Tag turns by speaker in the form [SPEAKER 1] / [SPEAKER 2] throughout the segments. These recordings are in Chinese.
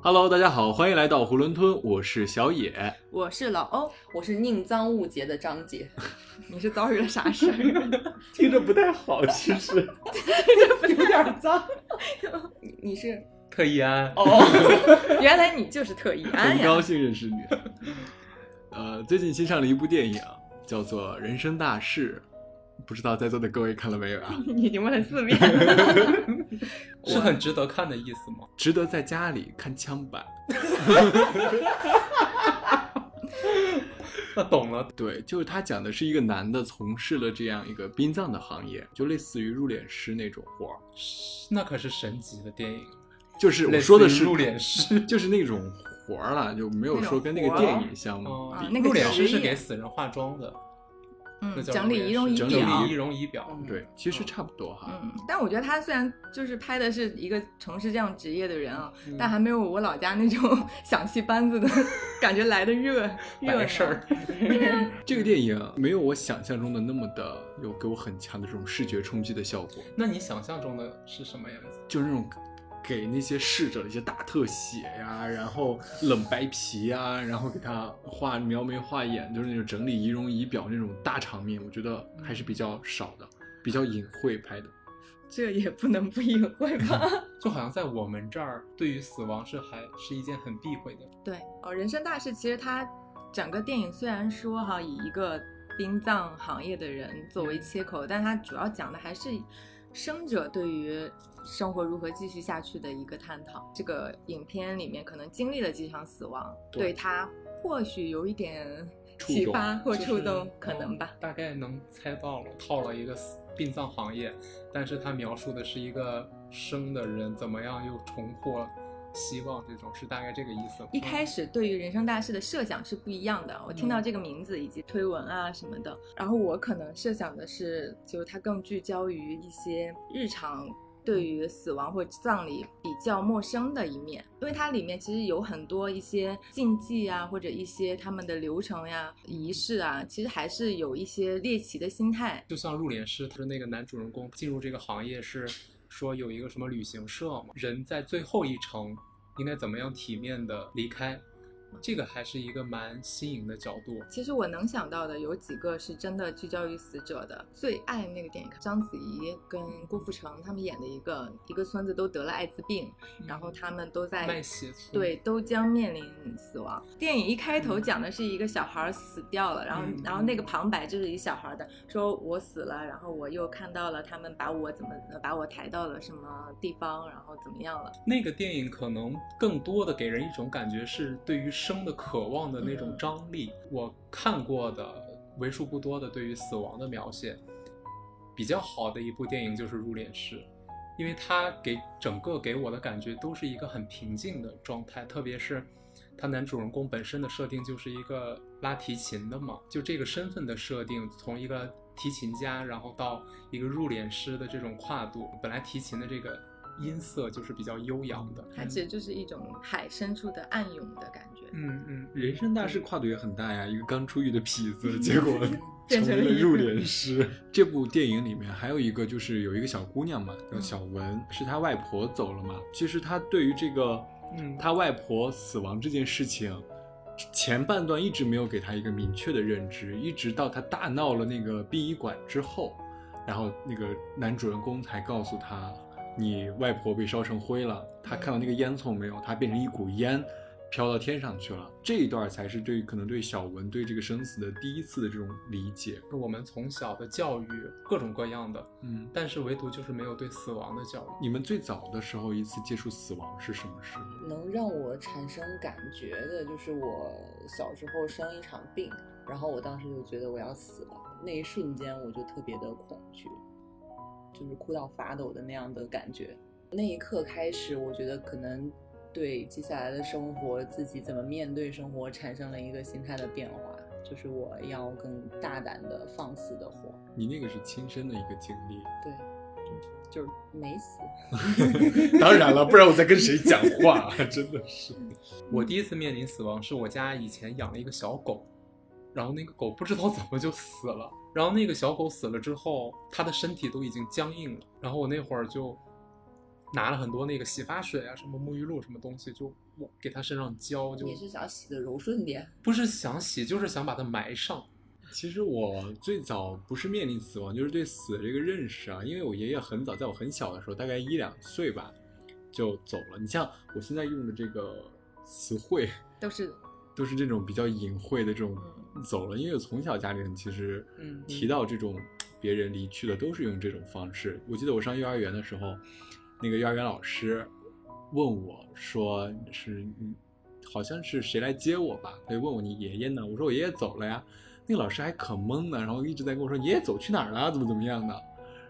[SPEAKER 1] Hello，大家好，欢迎来到囫囵吞，我是小野。
[SPEAKER 2] 我是老欧，
[SPEAKER 3] 我是宁脏勿洁的张姐，
[SPEAKER 2] 你是遭遇了啥事 儿？
[SPEAKER 1] 听着不太好，其实
[SPEAKER 3] 有点脏。你你是
[SPEAKER 1] 特意安，
[SPEAKER 2] 哦 原来你就是特意安
[SPEAKER 1] 很高
[SPEAKER 2] 呀！
[SPEAKER 1] 兴认识你。哎 呃，最近新上了一部电影，啊叫做《人生大事》，不知道在座的各位看了没有啊？
[SPEAKER 2] 你已经问了四 遍了，
[SPEAKER 4] 是很值得看的意思吗？
[SPEAKER 1] 值得在家里看枪版。
[SPEAKER 4] 那懂了，
[SPEAKER 1] 对，就是他讲的是一个男的从事了这样一个殡葬的行业，就类似于入殓师那种活儿。
[SPEAKER 4] 那可是神级的电影。
[SPEAKER 1] 就是我说的
[SPEAKER 4] 类似
[SPEAKER 1] 是
[SPEAKER 4] 于入殓师，
[SPEAKER 1] 就是那种活儿了，就没有说跟那个电影相
[SPEAKER 4] 哦
[SPEAKER 1] 比。
[SPEAKER 2] 啊那个
[SPEAKER 4] 入殓师
[SPEAKER 2] 职业
[SPEAKER 4] 是给死人化妆的，那
[SPEAKER 2] 嗯，
[SPEAKER 4] 叫
[SPEAKER 2] 整理仪容仪
[SPEAKER 4] 整
[SPEAKER 2] 表
[SPEAKER 4] 理仪。容仪表
[SPEAKER 3] 嗯。
[SPEAKER 1] 对，其实差不多哈。
[SPEAKER 2] 嗯，但我觉得他虽然就是拍的是一个从事这样职业的人啊，
[SPEAKER 4] 嗯
[SPEAKER 2] 但还没有我老家那种 响戏班子的感觉来的热热
[SPEAKER 4] 白
[SPEAKER 2] 闹
[SPEAKER 4] 事儿。
[SPEAKER 1] 这个电影没有我想象中的那么的有给我很强的这种视觉冲击的效果，
[SPEAKER 4] 那你想象中的是什么样子？
[SPEAKER 1] 就是那种给那些逝者的一些大特写呀，然后冷白皮呀，然后给他画描眉画眼，就是那种整理仪容仪表那种大场面，我觉得还是比较少的，比较隐晦拍的。
[SPEAKER 2] 这也不能不隐晦吧？
[SPEAKER 4] 就好像在我们这儿，对于死亡是还是一件很避讳的。
[SPEAKER 2] 对，哦，人生大事其实它整个电影虽然说哈以一个殡葬行业的人作为切口，但它主要讲的还是生者对于生活如何继续下去的一个探讨。这个影片里面可能经历了几场死亡，
[SPEAKER 1] 对
[SPEAKER 2] 对他或许有一点
[SPEAKER 1] 触
[SPEAKER 2] 启
[SPEAKER 1] 动
[SPEAKER 2] 发或
[SPEAKER 4] 就是
[SPEAKER 2] 触动，可
[SPEAKER 4] 嗯
[SPEAKER 2] 能吧。
[SPEAKER 4] 大概能猜到了，套了一个死殡葬行业，但是他描述的是一个生的人怎么样又重获希望，这种是大概这个意思吗。
[SPEAKER 2] 一开始对于人生大事的设想是不一样的。我听到
[SPEAKER 4] 嗯
[SPEAKER 2] 这个名字以及推文啊什么的，然后我可能设想的是，就是它更聚焦于一些日常。对于死亡或葬礼比较陌生的一面，因为它里面其实有很多一些禁忌啊，或者一些他们的流程呀、仪式啊，其实还是有一些猎奇的心态。
[SPEAKER 4] 就像入殓师，就是那个男主人公进入这个行业是说有一个什么旅行社嘛，人在最后一程应该怎么样体面的离开，这个还是一个蛮新颖的角度。
[SPEAKER 2] 其实我能想到的有几个是真的聚焦于死者的。最爱那个电影，章子怡跟郭富城他们演的一个一个村子都得了艾滋病，然后他们都
[SPEAKER 4] 卖
[SPEAKER 2] 在。
[SPEAKER 4] 血村，
[SPEAKER 2] 对，都将面临死亡。电影一开头讲的是一个小孩儿死掉了，然后
[SPEAKER 4] 嗯，
[SPEAKER 2] 然后那个旁白就是一小孩儿的，说我死了，然后我又看到了他们把我怎么呃把我抬到了什么地方，然后怎么样了。
[SPEAKER 4] 那个电影可能更多的给人一种感觉是对于生的渴望的那种
[SPEAKER 2] 嗯
[SPEAKER 4] 张力。我看过的为数不多的对于死亡的描写，比较好的一部电影就是《入殓师》，因为它给整个给我的感觉都是一个很平静的状态，特别是。他男主人公本身的设定就是一个拉提琴的嘛，就这个身份的设定，从一个提琴家，然后到一个入殓师的这种跨度，本来提琴的这个音色就是比较悠扬的，
[SPEAKER 2] 它其实就是一种海深处的暗涌的感觉。
[SPEAKER 4] 嗯嗯，
[SPEAKER 1] 人生大事跨度也很大呀，一个刚出狱的痞 子，结果成
[SPEAKER 2] 变
[SPEAKER 1] 为
[SPEAKER 2] 成了
[SPEAKER 1] 了
[SPEAKER 2] 一个
[SPEAKER 1] 入殓 师。这部电影里面还有一个就是有一个小姑娘嘛，
[SPEAKER 2] 嗯
[SPEAKER 1] 叫小文，是她外婆走了嘛。其实她对于这个，
[SPEAKER 4] 嗯
[SPEAKER 1] 她外婆死亡这件事情，前半段一直没有给她一个明确的认知，一直到她大闹了那个殡仪馆之后，然后那个男主人公才告诉她，你外婆被烧成灰了。她看到那个烟囱没有？她变成一股烟。飘到天上去了，这一段才是对可能对小文对这个生死的第一次的这种理解。
[SPEAKER 4] 我们从小的教育各种各样的，
[SPEAKER 1] 嗯，
[SPEAKER 4] 但是唯独就是没有对死亡的教育。
[SPEAKER 1] 你们最早的时候一次接触死亡是什么时候？
[SPEAKER 3] 能让我产生感觉的，就是我小时候生一场病，然后我当时就觉得我要死了，那一瞬间我就特别的恐惧，就是哭到发抖的那样的感觉。那一刻开始，我觉得可能对接下来的生活，自己怎么面对生活，产生了一个心态的变化，就是我要更大胆的放肆的活。
[SPEAKER 1] 你那个是亲身的一个经历，
[SPEAKER 3] 对，就是没死。
[SPEAKER 1] 当然了，不然我在跟谁讲话？啊真的是，
[SPEAKER 4] 我第一次面临死亡是我家以前养了一个小狗，然后那个狗不知道怎么就死了，然后那个小狗死了之后，它的身体都已经僵硬了，然后我那会儿就拿了很多那个洗发水啊、什么沐浴露什么东西，就我给他身上浇，就
[SPEAKER 2] 你是想洗的柔顺点，
[SPEAKER 4] 不是想洗，就是想把它埋上。
[SPEAKER 1] 其实我最早不是面临死亡，就是对死的这个认识啊，因为我爷爷很早，在我很小的时候，大概一两岁吧，就走了。你像我现在用的这个词汇，
[SPEAKER 5] 都是
[SPEAKER 1] 都是这种比较隐晦的这种
[SPEAKER 5] 嗯
[SPEAKER 1] 走了，因为我从小家里人其实
[SPEAKER 2] 嗯
[SPEAKER 1] 提到这种别人离去的，都是用这种方式。我记得我上幼儿园的时候，那个幼儿园老师问我说是嗯好像是谁来接我吧，他就问我你爷爷呢？我说我爷爷走了呀。那个老师还可懵呢，然后一直在跟我说爷爷走去哪儿了，怎么怎么样的。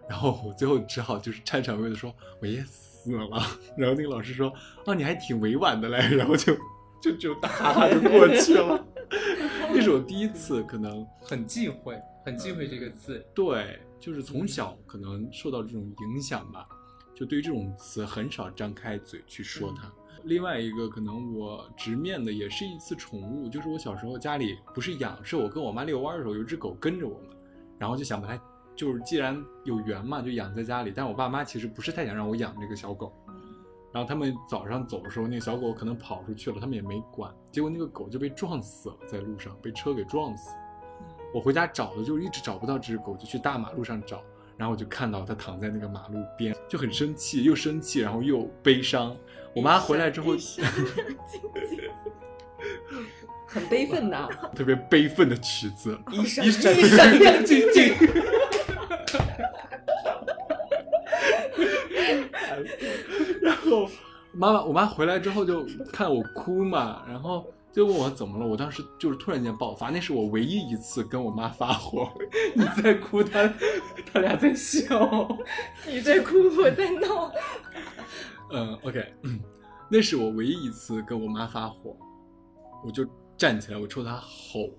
[SPEAKER 1] 然后我最后只好就是颤颤巍巍的说我爷爷死了。 然后那个老师说哦你还挺委婉的嘞， 然后就就就大哈哈就过去了。 那是我第一次可能
[SPEAKER 4] 很忌讳，很忌讳这个字。
[SPEAKER 1] 对，就是从小可能受到这种影响吧，就对于这种词很少张开嘴去说它。另外一个可能我直面的也是一次宠物，就是我小时候家里不是养，是我跟我妈遛弯儿的时候有一只狗跟着我们，然后就想把它，就是既然有缘嘛，就养在家里。但我爸妈其实不是太想让我养这个小狗，然后他们早上走的时候，那个小狗可能跑出去了，他们也没管，结果那个狗就被撞死了，在路上被车给撞死。我回家找的就一直找不到这只狗，就去大马路上找，然后我就看到它躺在那个马路边，就很生气，又生气，然后又悲伤。我妈回来之后
[SPEAKER 5] 一身一 身
[SPEAKER 2] 很悲愤呐，
[SPEAKER 1] 特别悲愤的曲子，
[SPEAKER 2] 一闪
[SPEAKER 1] 一闪
[SPEAKER 2] 亮晶晶。
[SPEAKER 1] 然后妈妈我妈回来之后就看我哭嘛，然后就问我怎么了，我当时就是突然间爆发，那是我唯一一次跟我妈发火，
[SPEAKER 4] 你在哭，他他俩在笑。
[SPEAKER 5] 你在哭，我在闹。
[SPEAKER 1] 嗯，OK，嗯 那是我唯一一次跟我妈发火，我就站起来，我冲她吼，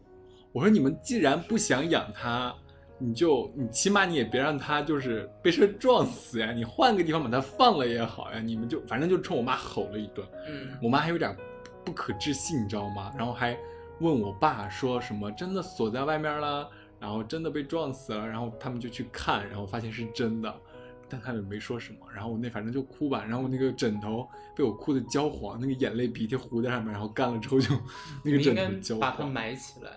[SPEAKER 1] 我说你们既然不想养它，你就你起码你也别让它就是被车撞死呀，你换个地方把它放了也好呀，你们就反正就冲我妈吼了一顿，
[SPEAKER 2] 嗯，
[SPEAKER 1] 我妈还有点不可置信，你知道吗？然后还问我爸说什么真的锁在外面了，然后真的被撞死了，然后他们就去看，然后发现是真的，但他们也没说什么。然后我那反正就哭吧，然后那个枕头被我哭的焦黄，那个眼泪鼻涕糊在上面，然后干了之 后就那
[SPEAKER 4] 你
[SPEAKER 1] 个
[SPEAKER 4] 们应
[SPEAKER 1] 枕
[SPEAKER 4] 该
[SPEAKER 1] 头焦
[SPEAKER 4] 把它
[SPEAKER 1] 黄。
[SPEAKER 4] 埋起来。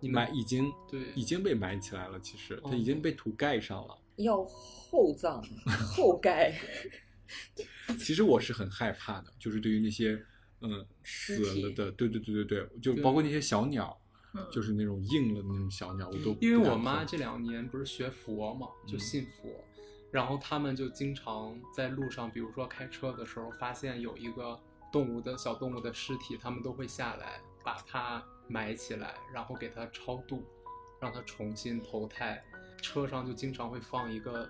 [SPEAKER 4] 你们
[SPEAKER 1] 埋已经
[SPEAKER 4] 对
[SPEAKER 1] 已经被埋起来了，其实它
[SPEAKER 4] 哦
[SPEAKER 1] 已经被土盖上了。
[SPEAKER 2] 要厚葬，厚盖。
[SPEAKER 1] 其实我是很害怕的，就是对于那些嗯
[SPEAKER 2] 尸
[SPEAKER 1] 死了
[SPEAKER 2] 体
[SPEAKER 1] 的，对对对对对，就
[SPEAKER 4] 对
[SPEAKER 1] 包括那些小鸟，
[SPEAKER 5] 嗯
[SPEAKER 1] 就是那种硬了的那种小鸟，我都
[SPEAKER 4] 因为
[SPEAKER 1] 不敢
[SPEAKER 4] 我妈
[SPEAKER 1] 碰
[SPEAKER 4] 这两年不是学佛嘛，就
[SPEAKER 1] 嗯
[SPEAKER 4] 信佛，然后他们就经常在路上，比如说开车的时候，发现有一个动物的小动物的尸体，他们都会下来把它埋起来，然后给它超度，让它重新投胎。车上就经常会放一个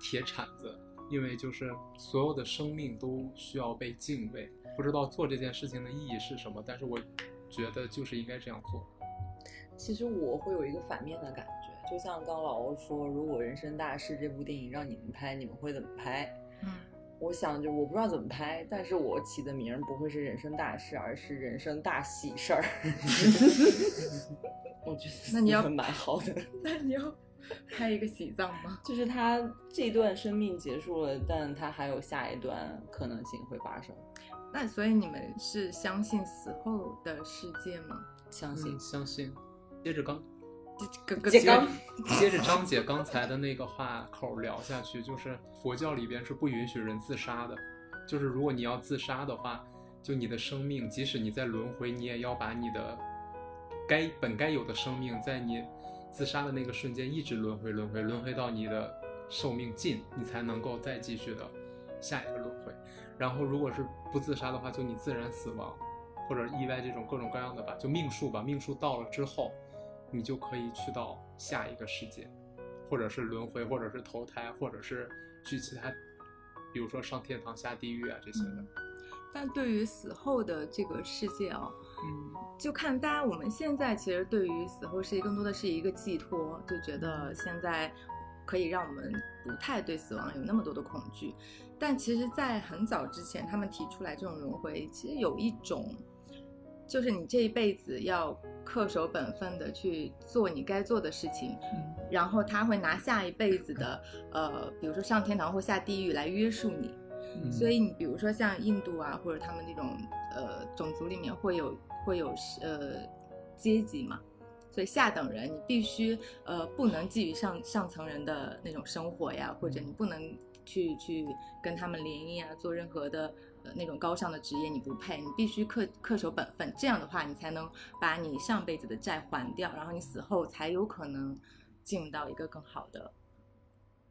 [SPEAKER 4] 铁铲子，因为就是所有的生命都需要被敬畏。不知道做这件事情的意义是什么，但是我觉得就是应该这样做。
[SPEAKER 2] 其实我会有一个反面的感觉，就像刚老欧说，如果《人生大事》这部电影让你们拍，你们会怎么拍？
[SPEAKER 5] 嗯，
[SPEAKER 2] 我想就我不知道怎么拍，但是我起的名儿不会是人生大事，而是人生大喜事 儿。我觉得
[SPEAKER 5] 那你要
[SPEAKER 2] 思路蛮好的，
[SPEAKER 5] 那你要拍一个喜葬吗？
[SPEAKER 2] 就是他这段生命结束了，但他还有下一段可能性会发生。
[SPEAKER 5] 那所以你们是相信死后的世界吗？
[SPEAKER 2] 相信
[SPEAKER 4] 嗯，相信。接着刚，
[SPEAKER 5] 哥哥
[SPEAKER 2] 健康
[SPEAKER 4] 接着张姐刚才的那个话口儿聊下去，就是佛教里边是不允许人自杀的，就是如果你要自杀的话，就你的生命，即使你在轮回，你也要把你的该本该有的生命，在你自杀的那个瞬间一直轮回轮回轮回到你的寿命尽，你才能够再继续的下一个轮回。然后如果是不自杀的话，就你自然死亡，或者意外这种各种各样的吧，就命数吧，命数到了之后，你就可以去到下一个世界，或者是轮回，或者是投胎，或者是去其他，比如说上天堂、下地狱啊这些的。
[SPEAKER 5] 但对于死后的这个世界哦，
[SPEAKER 4] 嗯，
[SPEAKER 5] 就看大家我们现在其实对于死后世界更多的是一个寄托，就觉得现在可以让我们不太对死亡有那么多的恐惧。但其实，在很早之前，他们提出来这种轮回，其实有一种，就是你这一辈子要恪守本分的去做你该做的事情，然后他会拿下一辈子的，呃，比如说上天堂或下地狱来约束你。
[SPEAKER 1] 嗯
[SPEAKER 5] 所以你比如说像印度啊，或者他们那种呃种族里面会有会有呃阶级嘛，所以下等人你必须呃不能觊觎上上层人的那种生活呀，或者你不能去去跟他们联姻啊，做任何的。呃那种高尚的职业你不配，你必须恪恪守本分，这样的话你才能把你上辈子的债还掉，然后你死后才有可能进到一个更好的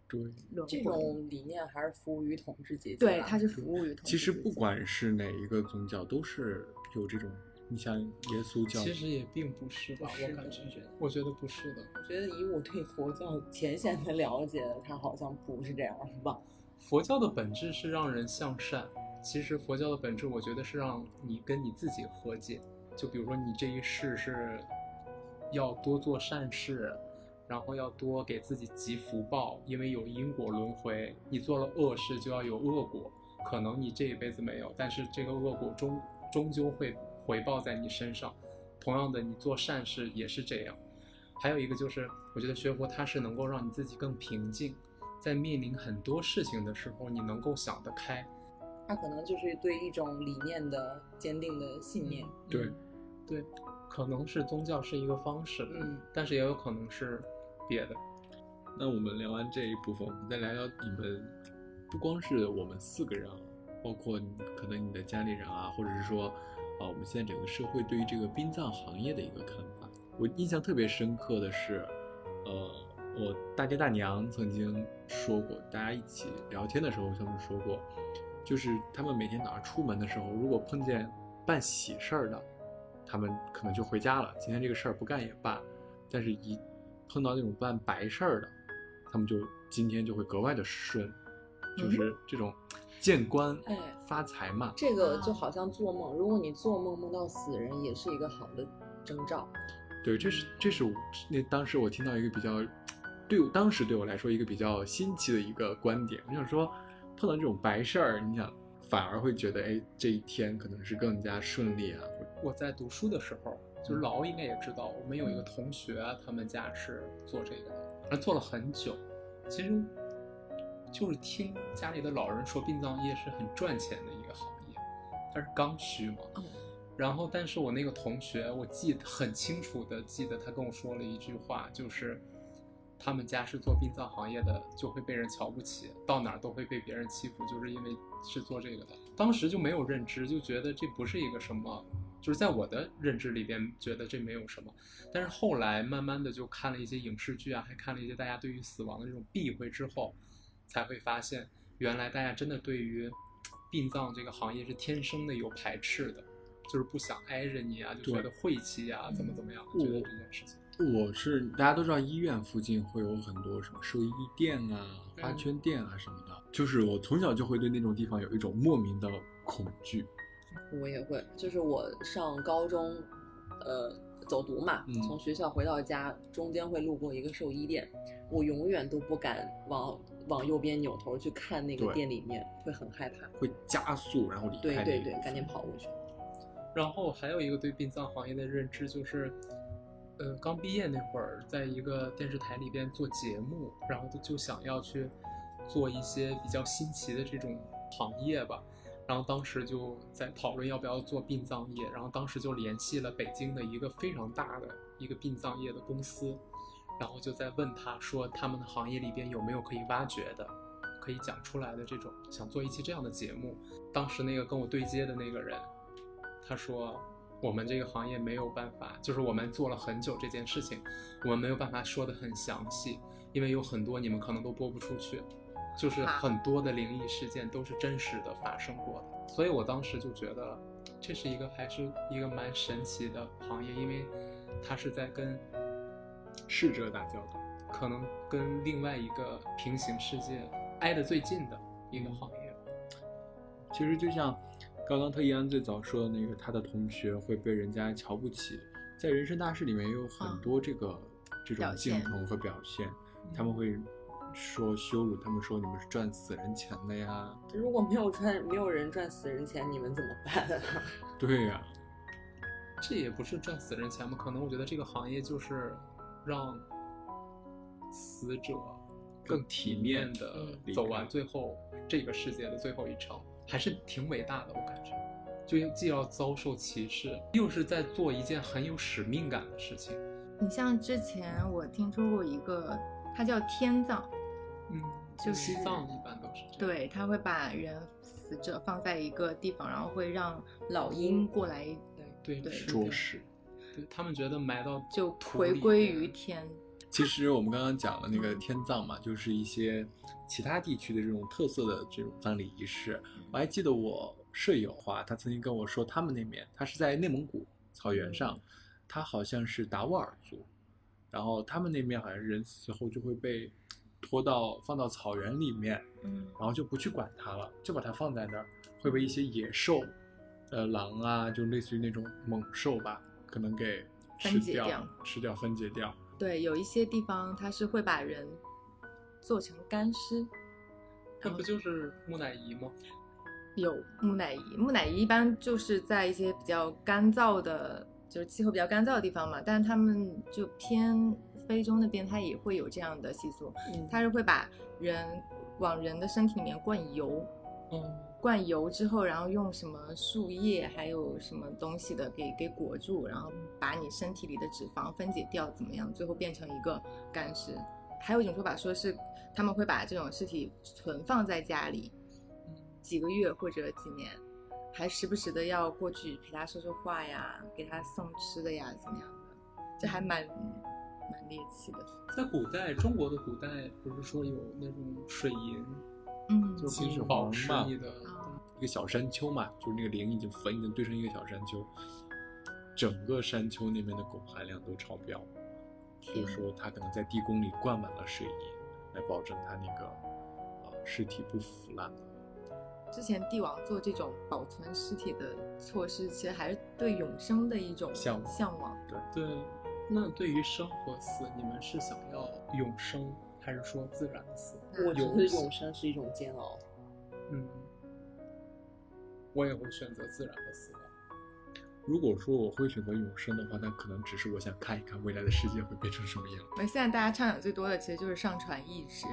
[SPEAKER 1] 对，
[SPEAKER 5] 轮
[SPEAKER 2] 这
[SPEAKER 5] 回。
[SPEAKER 2] 种理念还是服务于统治阶级吧。
[SPEAKER 5] 对，它是服务于统
[SPEAKER 1] 其
[SPEAKER 5] 治
[SPEAKER 1] 实
[SPEAKER 5] 阶
[SPEAKER 1] 不
[SPEAKER 5] 级
[SPEAKER 1] 管是哪一个宗教，都是有这种。你像耶稣教，
[SPEAKER 4] 其实也并不是吧，
[SPEAKER 2] 不是
[SPEAKER 4] 我
[SPEAKER 2] 的
[SPEAKER 4] 感觉
[SPEAKER 2] 我觉得，
[SPEAKER 4] 我觉得不是的。
[SPEAKER 2] 我觉得以我对佛教浅显的了解，它好像不是这样吧？
[SPEAKER 4] 佛教的本质是让人向善，其实佛教的本质，我觉得是让你跟你自己和解。就比如说你这一世是要多做善事，然后要多给自己积福报，因为有因果轮回，你做了恶事就要有恶果，可能你这一辈子没有，但是这个恶果终终究会回报在你身上。同样的，你做善事也是这样。还有一个就是，我觉得学佛它是能够让你自己更平静，在面临很多事情的时候，你能够想得开。
[SPEAKER 2] 它可能就是对一种理念的坚定的信念。
[SPEAKER 1] 对，
[SPEAKER 4] 对，可能是宗教是一个方式，
[SPEAKER 2] 嗯，
[SPEAKER 4] 但是也有可能是别的。
[SPEAKER 1] 那我们聊完这一部分，我们再聊聊你们，不光是我们四个人，啊，包括你可能你的家里人啊，或者是说，啊，我们现在整个社会对于这个殡葬行业的一个看法。我印象特别深刻的是，呃，我大爹大娘曾经说过，大家一起聊天的时候，他们说过，就是他们每天早上出门的时候，如果碰见办喜事儿的，他们可能就回家了，今天这个事儿不干也罢。但是，一碰到那种办白事儿的，他们就今天就会格外的顺，就是这种见官
[SPEAKER 2] 哎
[SPEAKER 1] 发财嘛。
[SPEAKER 2] 这个就好像做梦，如果你做梦梦到死人，也是一个好的征兆。
[SPEAKER 1] 对，这是这是我那当时我听到一个比较，对我当时对我来说一个比较新奇的一个观点。我想说，碰到这种白事儿，你想反而会觉得，哎，这一天可能是更加顺利啊。
[SPEAKER 4] 我在读书的时候，就是老欧应该也知道，我们有一个同学，他们家是做这个的，而做了很久。其实就是听家里的老人说，殡葬业是很赚钱的一个行业，它是刚需嘛。
[SPEAKER 2] 嗯
[SPEAKER 4] 然后，但是我那个同学，我记得很清楚的，记得他跟我说了一句话，就是他们家是做殡葬行业的，就会被人瞧不起，到哪儿都会被别人欺负，就是因为是做这个的。当时就没有认知，就觉得这不是一个什么，就是在我的认知里边觉得这没有什么。但是后来慢慢的就看了一些影视剧啊，还看了一些大家对于死亡的这种避讳之后，才会发现原来大家真的对于殡葬这个行业是天生的有排斥的，就是不想挨着你啊，就觉得晦气啊，怎么怎么样，觉得这件事情。
[SPEAKER 1] 我是大家都知道，医院附近会有很多什么寿衣店啊、
[SPEAKER 4] 嗯
[SPEAKER 1] 花圈店啊什么的。就是我从小就会对那种地方有一种莫名的恐惧。
[SPEAKER 2] 我也会，就是我上高中，呃，走读嘛，
[SPEAKER 1] 嗯
[SPEAKER 2] 从学校回到家，中间会路过一个寿衣店，我永远都不敢往往右边扭头去看那个
[SPEAKER 1] 对
[SPEAKER 2] 店里面，会很害怕。
[SPEAKER 1] 会加速，然后离
[SPEAKER 2] 对
[SPEAKER 1] 开。
[SPEAKER 2] 对对，赶紧。跑过去。
[SPEAKER 4] 然后还有一个对殡葬行业的认知就是，呃，刚毕业那会儿，在一个电视台里边做节目，然后就想要去做一些比较新奇的这种行业吧。然后当时就在讨论要不要做殡葬业，然后当时就联系了北京的一个非常大的一个殡葬业的公司，然后就在问他说他们的行业里边有没有可以挖掘的，可以讲出来的这种，想做一期这样的节目。当时那个跟我对接的那个人，他说我们这个行业没有办法，就是我们做了很久这件事情，我们没有办法说的很详细，因为有很多你们可能都播不出去，就是
[SPEAKER 5] 啊
[SPEAKER 4] 很多的灵异事件都是真实的发生过的，所以我当时就觉得这是一个还是一个蛮神奇的行业，因为它是在跟
[SPEAKER 1] 逝者打交道。
[SPEAKER 4] 可能跟另外一个平行世界挨得最近的一个行业吧。
[SPEAKER 1] 其实就像刚刚特一安最早说的那个，他的同学会被人家瞧不起，在人生大事里面也有很多这个、这种
[SPEAKER 5] 嗯表
[SPEAKER 1] 镜
[SPEAKER 5] 现嗯
[SPEAKER 1] 头和表现，他们会说羞辱，他们说你们是赚死人钱的呀，
[SPEAKER 2] 如果没有赚，没有人赚死人钱，你们怎么办、啊？
[SPEAKER 1] 对呀、
[SPEAKER 4] 这也不是赚死人钱嘛，可能我觉得这个行业就是让死者更体面的
[SPEAKER 2] 嗯
[SPEAKER 4] 走完最后这个世界的最后一程，还是挺伟大的，我感觉。就既要遭受歧视，又是在做一件很有使命感的事情。
[SPEAKER 5] 你像之前我听说过一个，它叫天葬，
[SPEAKER 4] 嗯，
[SPEAKER 5] 就是
[SPEAKER 4] 西藏一般都是这样。
[SPEAKER 5] 对，他会把人死者放在一个地方，然后会让老鹰过来
[SPEAKER 4] 对
[SPEAKER 5] 对
[SPEAKER 4] 吃掉
[SPEAKER 1] 着实。
[SPEAKER 4] 对他们觉得埋到
[SPEAKER 5] 就
[SPEAKER 4] 土
[SPEAKER 5] 回
[SPEAKER 4] 里
[SPEAKER 5] 归
[SPEAKER 4] 面
[SPEAKER 5] 于天。
[SPEAKER 1] 其实我们刚刚讲了那个天葬嘛，就是一些其他地区的这种特色的这种葬礼仪式。我还记得我舍友啊，他曾经跟我说，他们那边他是在内蒙古草原上，他好像是达斡尔族，然后他们那边好像人死后就会被拖到放到草原里面，
[SPEAKER 5] 嗯，
[SPEAKER 1] 然后就不去管它了，就把它放在那儿，会被一些野兽，呃，狼啊，就类似于那种猛兽吧，可能给吃
[SPEAKER 5] 分解掉
[SPEAKER 1] 吃掉、分解掉。
[SPEAKER 5] 对，有一些地方它是会把人做成干尸，
[SPEAKER 4] 那
[SPEAKER 5] 嗯
[SPEAKER 4] 不就是木乃伊吗？
[SPEAKER 5] 有木乃伊，木乃伊一般就是在一些比较干燥的，就是气候比较干燥的地方嘛，但是他们就偏非洲那边，它也会有这样的习俗，
[SPEAKER 2] 嗯
[SPEAKER 5] 它是会把人往人的身体里面灌油，
[SPEAKER 4] 哦，
[SPEAKER 5] 灌油之后，然后用什么树叶还有什么东西的给给裹住，然后把你身体里的脂肪分解掉，怎么样？最后变成一个干尸。还有一种说法说是他们会把这种尸体存放在家里几个月或者几年，还时不时的要过去陪他说说话呀，给他送吃的呀，怎么样的？这还蛮蛮猎奇的。
[SPEAKER 4] 在古代中国的古代不是说有那种水银，
[SPEAKER 5] 嗯，
[SPEAKER 4] 就
[SPEAKER 1] 秦始
[SPEAKER 4] 是
[SPEAKER 1] 皇
[SPEAKER 4] 保持
[SPEAKER 1] 嘛
[SPEAKER 4] 你的
[SPEAKER 5] 啊
[SPEAKER 1] 一个小山丘嘛，就是那个陵已经坟已经堆成一个小山丘，整个山丘那边的汞含量都超标，所以说它可能在地宫里灌满了水银，来保证它那个呃尸体不腐烂。
[SPEAKER 5] 之前帝王做这种保存尸体的措施，其实还是对永生的一种
[SPEAKER 1] 向往
[SPEAKER 5] 向往。
[SPEAKER 4] 对。那对于生和死，你们是想要永生，还是说自然死？
[SPEAKER 5] 嗯
[SPEAKER 2] 我觉
[SPEAKER 4] 永
[SPEAKER 2] 得
[SPEAKER 4] 生
[SPEAKER 2] 永生是一种煎熬。
[SPEAKER 4] 嗯，我也会选择自然的死亡。
[SPEAKER 1] 如果说我会选择永生的话，那可能只是我想看一看未来的世界会变成什么样。
[SPEAKER 5] 那现在大家倡导最多的其实就是上传意识。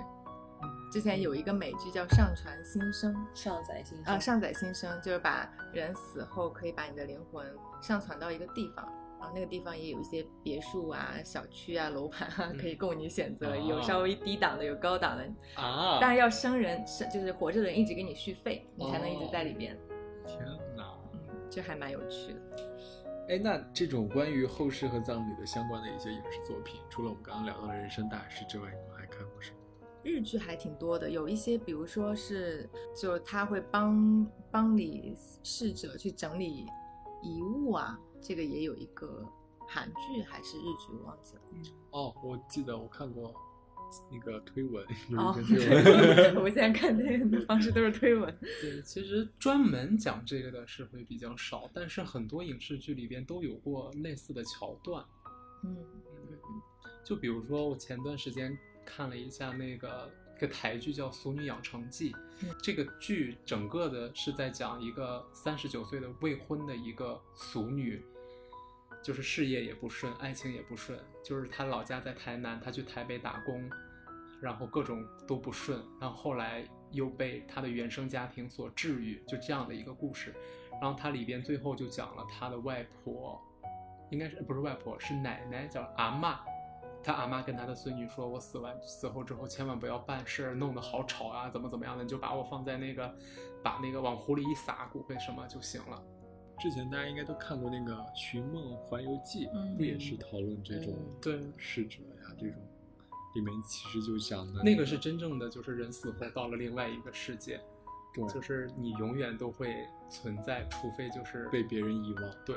[SPEAKER 5] 之前有一个美剧叫《上传新生》，
[SPEAKER 2] 啊上载性
[SPEAKER 5] 呃，上载新生就是把人死后可以把你的灵魂上传到一个地方，然后那个地方也有一些别墅啊、小区啊、楼盘啊，
[SPEAKER 4] 嗯
[SPEAKER 5] 可以供你选择，
[SPEAKER 1] 啊
[SPEAKER 5] 有稍微低档的，有高档的，
[SPEAKER 4] 啊
[SPEAKER 5] 但是要生人生就是活着的人一直给你续费，你才能一直
[SPEAKER 4] 哦
[SPEAKER 5] 在里边，
[SPEAKER 1] 天哪！
[SPEAKER 5] 这还蛮有趣的。
[SPEAKER 1] 哎，那这种关于后世和葬礼的相关的一些影视作品，除了我们刚刚聊到的《人生大事》之外，你们还看过什么？
[SPEAKER 5] 日剧还挺多的，有一些比如说是，就是他会帮帮你逝者去整理遗物啊，这个也有一个韩剧还是日剧，我忘记了。
[SPEAKER 1] 哦，我记得我看过那个推文，有一
[SPEAKER 5] 哦
[SPEAKER 1] 个 推文，
[SPEAKER 5] 我们现在看电影的方式都是推文。
[SPEAKER 4] 对，其实专门讲这个的是会比较少，但是很多影视剧里边都有过类似的桥段。
[SPEAKER 5] 嗯，
[SPEAKER 4] 就比如说，我前段时间看了一下那个一个台剧叫《俗女养成记》，
[SPEAKER 5] 嗯
[SPEAKER 4] 这个剧整个的是在讲一个三十九岁的未婚的一个俗女，就是事业也不顺，爱情也不顺，就是她老家在台南，她去台北打工，然后各种都不顺，然后后来又被她的原生家庭所治愈，就这样的一个故事。然后它里边最后就讲了她的外婆，应该是不是外婆，是奶奶，叫阿嬷。他阿妈跟他的孙女说：“我死完死后之后，千万不要办事儿，弄得好吵啊，怎么怎么样的，你就把我放在那个，把那个往湖里一撒骨灰什么就行了。
[SPEAKER 1] 之前大家应该都看过那个《寻梦环游记》，
[SPEAKER 5] 嗯
[SPEAKER 1] 不也是讨论这种
[SPEAKER 2] 嗯
[SPEAKER 4] 对
[SPEAKER 1] 逝者呀这种，里面其实就讲的
[SPEAKER 4] 那个是真正的，就是人死后到了另外一个世界，
[SPEAKER 1] 对
[SPEAKER 4] 就是你永远都会存在，除非就是
[SPEAKER 1] 被别人遗忘。
[SPEAKER 4] 对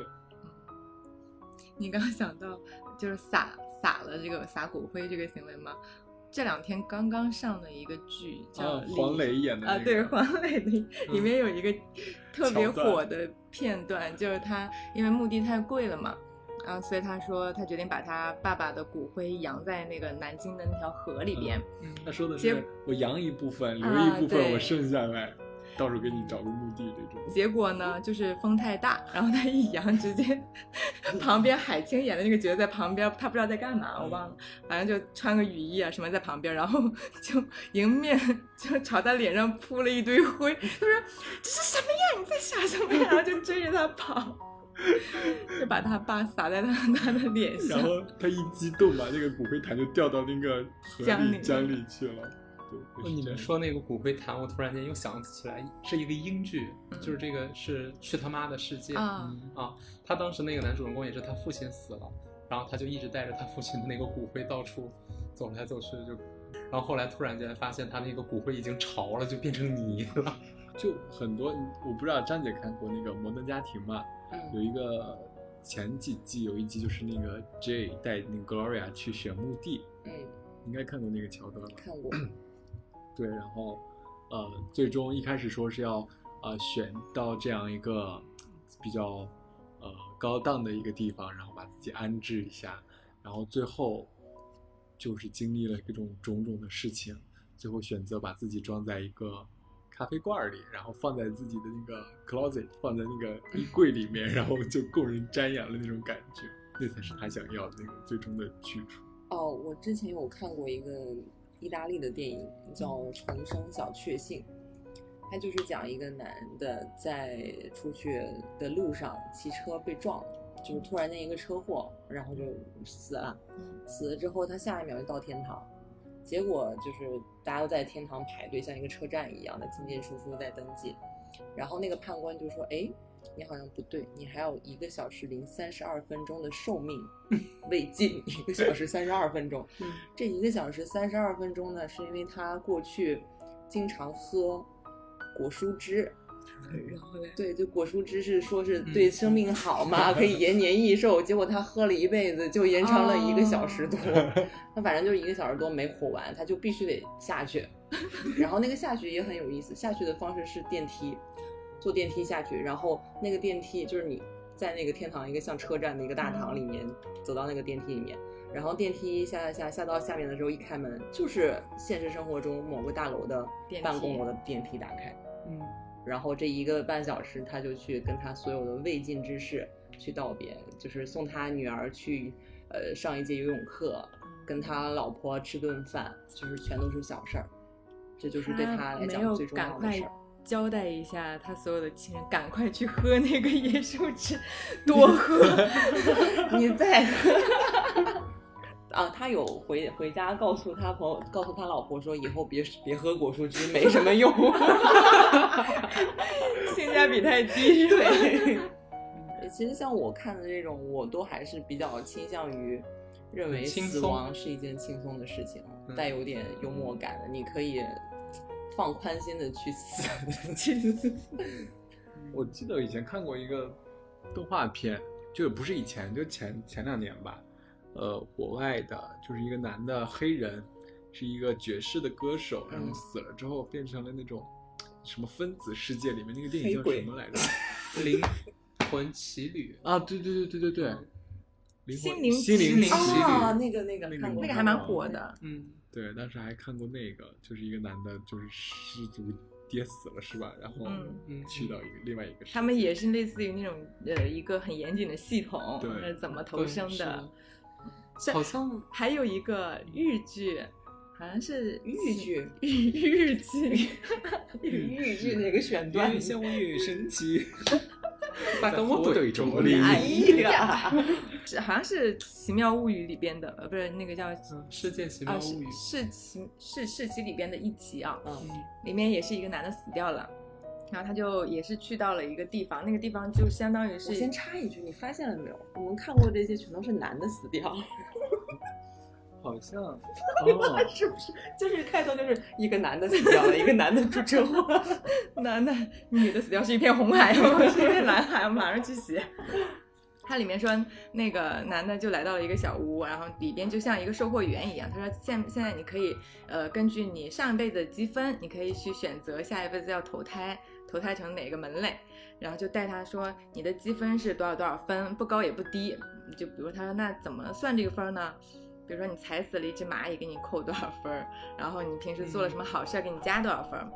[SPEAKER 5] 你刚刚想到就是撒撒了这个撒骨灰这个行为吗？这两天刚刚上的一个剧叫
[SPEAKER 1] 啊，
[SPEAKER 5] 《
[SPEAKER 1] 黄磊演的
[SPEAKER 5] 啊，
[SPEAKER 1] 那
[SPEAKER 5] 对，
[SPEAKER 1] 个嗯
[SPEAKER 5] 黄磊的里面有一个特别
[SPEAKER 1] 桥段
[SPEAKER 5] 火的片段，就是他因为墓地太贵了嘛，然后所以他说他决定把他爸爸的骨灰扬在那个南京的
[SPEAKER 1] 嗯
[SPEAKER 5] 那条河里边，
[SPEAKER 1] 他说的
[SPEAKER 5] 结
[SPEAKER 1] 是我扬一部分，留
[SPEAKER 5] 啊
[SPEAKER 1] 一部分，
[SPEAKER 5] 对
[SPEAKER 1] 我剩下来。到时候给你找个墓地这种。
[SPEAKER 5] 结果呢，就是风太大，然后他一扬，直接旁边海清演的那个角色在旁边，他不知道在干嘛，我忘了，反正就穿个雨衣啊什么在旁边，然后 就迎面就朝他脸上扑了一堆灰，他说这是什么呀？你在傻什么呀？然后就追着他跑， 就把他爸撒在他他的脸上
[SPEAKER 1] 然。后他一激动，把那个骨灰坛就掉到那个河
[SPEAKER 5] 江
[SPEAKER 1] 里
[SPEAKER 5] 里哦
[SPEAKER 1] 江里去了。对，就是
[SPEAKER 4] 你
[SPEAKER 1] 这样
[SPEAKER 4] 们说那个骨灰坛，我突然间又想起来是一个英剧，就是这个是《去他妈的世界》
[SPEAKER 5] 啊
[SPEAKER 1] 嗯
[SPEAKER 4] 啊，他当时那个男主人公也是他父亲死了，然后他就一直带着他父亲的那个骨灰到处走来走去，就，然后后来突然间发现他那个骨灰已经潮了，就变成泥了。
[SPEAKER 1] 就很多，我不知道张姐看过那个《摩登家庭》吗？有
[SPEAKER 2] 嗯，
[SPEAKER 1] 一个前几季有一集就是那个 J 带那个 Gloria 去选墓地，
[SPEAKER 2] 嗯，
[SPEAKER 1] 应该看过那个桥段吧？
[SPEAKER 2] 看过，
[SPEAKER 1] 对，然后呃，最终一开始说是要呃选到这样一个比较呃高档的一个地方，然后把自己安置一下，然后最后就是经历了各种种种的事情，最后选择把自己装在一个咖啡罐儿里，然后放在自己的那个 closet，放在那个衣柜里面，然后就供人瞻仰的那种感觉，那才是他想要的那种最终的去处。
[SPEAKER 2] 哦，我之前有看过一个意大利的电影叫《重生小确幸》，它就是讲一个男的在出去的路上骑车被撞，就是突然间一个车祸，然后就死了。死了之后，他下一秒就到天堂。结果就是大家都在天堂排队，像一个车站一样的进进出出在登记。然后那个判官就说：“哎，你好像不对，你还有一个小时零三十二分钟的寿命未尽，一个小时三十二分钟。这一个小时三十二分钟呢，是因为他过去经常喝果蔬汁，嗯
[SPEAKER 5] 然后呢，
[SPEAKER 2] 对，就果蔬汁是说是对生命好嘛，可以延年益寿。结果他喝了一辈子，就延长了一个小时多。他反正就是一个小时多没活完，他就必须得下去。 然后那个下去也很有意思，下去的方式是电梯，坐电梯下去，然后那个电梯就是你在那个天堂一个像车站的一个大堂里面走到那个电梯里面。然后电梯下下下下到下面的时候，一开门就是现实生活中某个大楼的
[SPEAKER 5] 电梯
[SPEAKER 2] 办公楼的电梯打开，
[SPEAKER 4] 嗯，
[SPEAKER 2] 然后这一个半小时，他就去跟他所有的未尽之事去道别，就是送他女儿去呃上一节游泳课，
[SPEAKER 5] 嗯
[SPEAKER 2] 跟他老婆吃顿饭，就是全都是小事儿，这就是对他来
[SPEAKER 5] 没
[SPEAKER 2] 讲
[SPEAKER 5] 有
[SPEAKER 2] 最重
[SPEAKER 5] 赶
[SPEAKER 2] 要的
[SPEAKER 5] 快
[SPEAKER 2] 事儿。
[SPEAKER 5] 交代一下他所有的亲人，赶快去喝那个椰树 汁，多喝。
[SPEAKER 2] 你在 啊，他有回回家告诉他朋友，告诉他老婆说，以后别别喝果蔬汁，没什么用。
[SPEAKER 5] 性价比太低，
[SPEAKER 2] 对，其实像我看的这种，我都还是比较倾向于认为
[SPEAKER 4] 很轻
[SPEAKER 2] 死
[SPEAKER 4] 松
[SPEAKER 2] 亡是一件轻松的事情，啊
[SPEAKER 4] 嗯
[SPEAKER 2] 带有点幽默感的，你可以放宽心的去死， 去死。
[SPEAKER 1] 我记得我以前看过一个动画片，就不是以前，就前前两年吧。呃，国外的，就是一个男的黑人，是一个爵士的歌手，然后
[SPEAKER 2] 嗯
[SPEAKER 1] 死了之后变成了那种什么分子世界里面那个电
[SPEAKER 2] 黑
[SPEAKER 1] 影叫
[SPEAKER 2] 鬼
[SPEAKER 1] 什么来着？
[SPEAKER 4] 灵魂奇旅，
[SPEAKER 1] 啊，对对对对对对，灵魂
[SPEAKER 5] 心灵哦
[SPEAKER 1] 心
[SPEAKER 4] 奇
[SPEAKER 1] 灵
[SPEAKER 4] 旅
[SPEAKER 1] 奇旅
[SPEAKER 2] 啊，那个那个
[SPEAKER 1] 那个
[SPEAKER 2] 看过
[SPEAKER 5] 那个还蛮火的。
[SPEAKER 4] 嗯，
[SPEAKER 1] 对，当时还看过那个，就是一个男的，就是失足跌死了是吧？然后
[SPEAKER 5] 嗯
[SPEAKER 4] 嗯
[SPEAKER 1] 去到一个另外一个世界，
[SPEAKER 5] 他们也是类似于那种呃一个很严谨的系统，
[SPEAKER 1] 对
[SPEAKER 5] 呃怎么投
[SPEAKER 4] 对
[SPEAKER 5] 生
[SPEAKER 4] 是
[SPEAKER 5] 的
[SPEAKER 4] 的。
[SPEAKER 5] 是
[SPEAKER 4] 好像
[SPEAKER 5] 还有一个日剧，好像是
[SPEAKER 2] 豫剧，
[SPEAKER 5] 日日剧，
[SPEAKER 2] 豫剧那个选段，
[SPEAKER 1] 越神奇，
[SPEAKER 4] 把跟我怼着
[SPEAKER 1] 里
[SPEAKER 2] 哎呀
[SPEAKER 5] 呀，是好像是《奇妙物语》里边的，呃，不是那个叫
[SPEAKER 4] 嗯，世界奇妙
[SPEAKER 5] 啊是
[SPEAKER 4] 物语，
[SPEAKER 5] 是奇是是奇里边的一集啊，
[SPEAKER 2] 嗯，
[SPEAKER 5] 里面也是一个男的死掉了，然后他就也是去到了一个地方，那个地方就相当于是
[SPEAKER 2] 我 先插一句，你发现了没有？我们看过这些全都是男的死掉，
[SPEAKER 1] 好像
[SPEAKER 2] 哎
[SPEAKER 1] 哦，
[SPEAKER 2] 是不是？就是开头就是一个男的死掉了，一个男的出车祸 了。
[SPEAKER 5] 男的女的死掉是一片红 海，是一片蓝海，我马上去洗。它里面说，那个男的就来到了一个小屋，然后里边就像一个售货员一样。他说现现在你可以，呃，根据你上一辈子的积分，你可以去选择下一辈子要投胎，投胎成哪个门类。然后就带他说你的积分是多少多少分，不高也不低。就比如他说那怎么算这个分儿呢？比如说你踩死了一只蚂蚁，给你扣多少分儿？然后你平时做了什么好事儿，给你加多少分儿？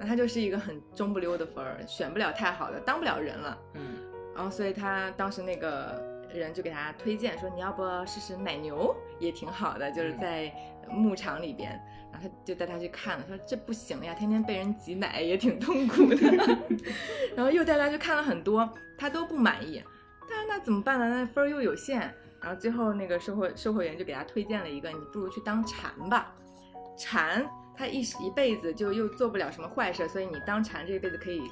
[SPEAKER 5] 那他就是一个很中不溜的分儿，选不了太好的，当不了人了。
[SPEAKER 2] 嗯，
[SPEAKER 5] 然后所以他当时那个人就给他推荐说，你要不试试奶牛也挺好的，就是
[SPEAKER 2] 嗯
[SPEAKER 5] 在牧场里边。然后他就带他去看了，说这不行呀，天天被人挤奶也挺痛苦的。 然后又带他去看了很多，他都不满意。但是那怎么办呢？那分儿又有限。然后最后那个售后售后员就给他推荐了一个，你不如去当蝉吧。蝉它一一辈子就又做不了什么坏事，所以你当蝉这一辈子可以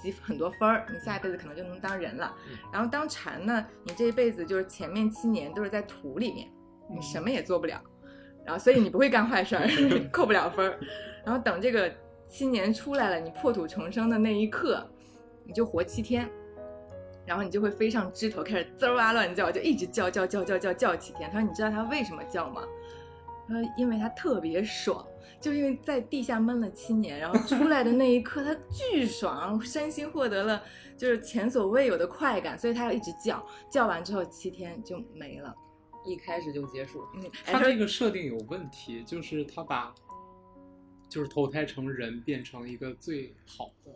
[SPEAKER 5] 积很多分儿，你下一辈子可能就能当人了。然后当蝉呢，你这一辈子就是前面七年都是在土里面，你什么也做不了，然后所以你不会干坏事儿，扣不了分儿。然后等这个七年出来了，你破土重生的那一刻，你就活七天，然后你就会飞上枝头，开始滋儿哇乱叫，就一直叫叫叫叫叫叫七天。他说：“你知道他为什么叫吗？”他说：“因为他特别爽，就因为在地下闷了七年，然后出来的那一刻他巨爽，然后身心获得了就是前所未有的快感，所以他要一直叫，叫完之后七天就没了。
[SPEAKER 2] 一开始就结束，
[SPEAKER 5] 嗯，哎
[SPEAKER 4] 他 这个设定有问题，就是他把就是投胎成人变成一个最好的，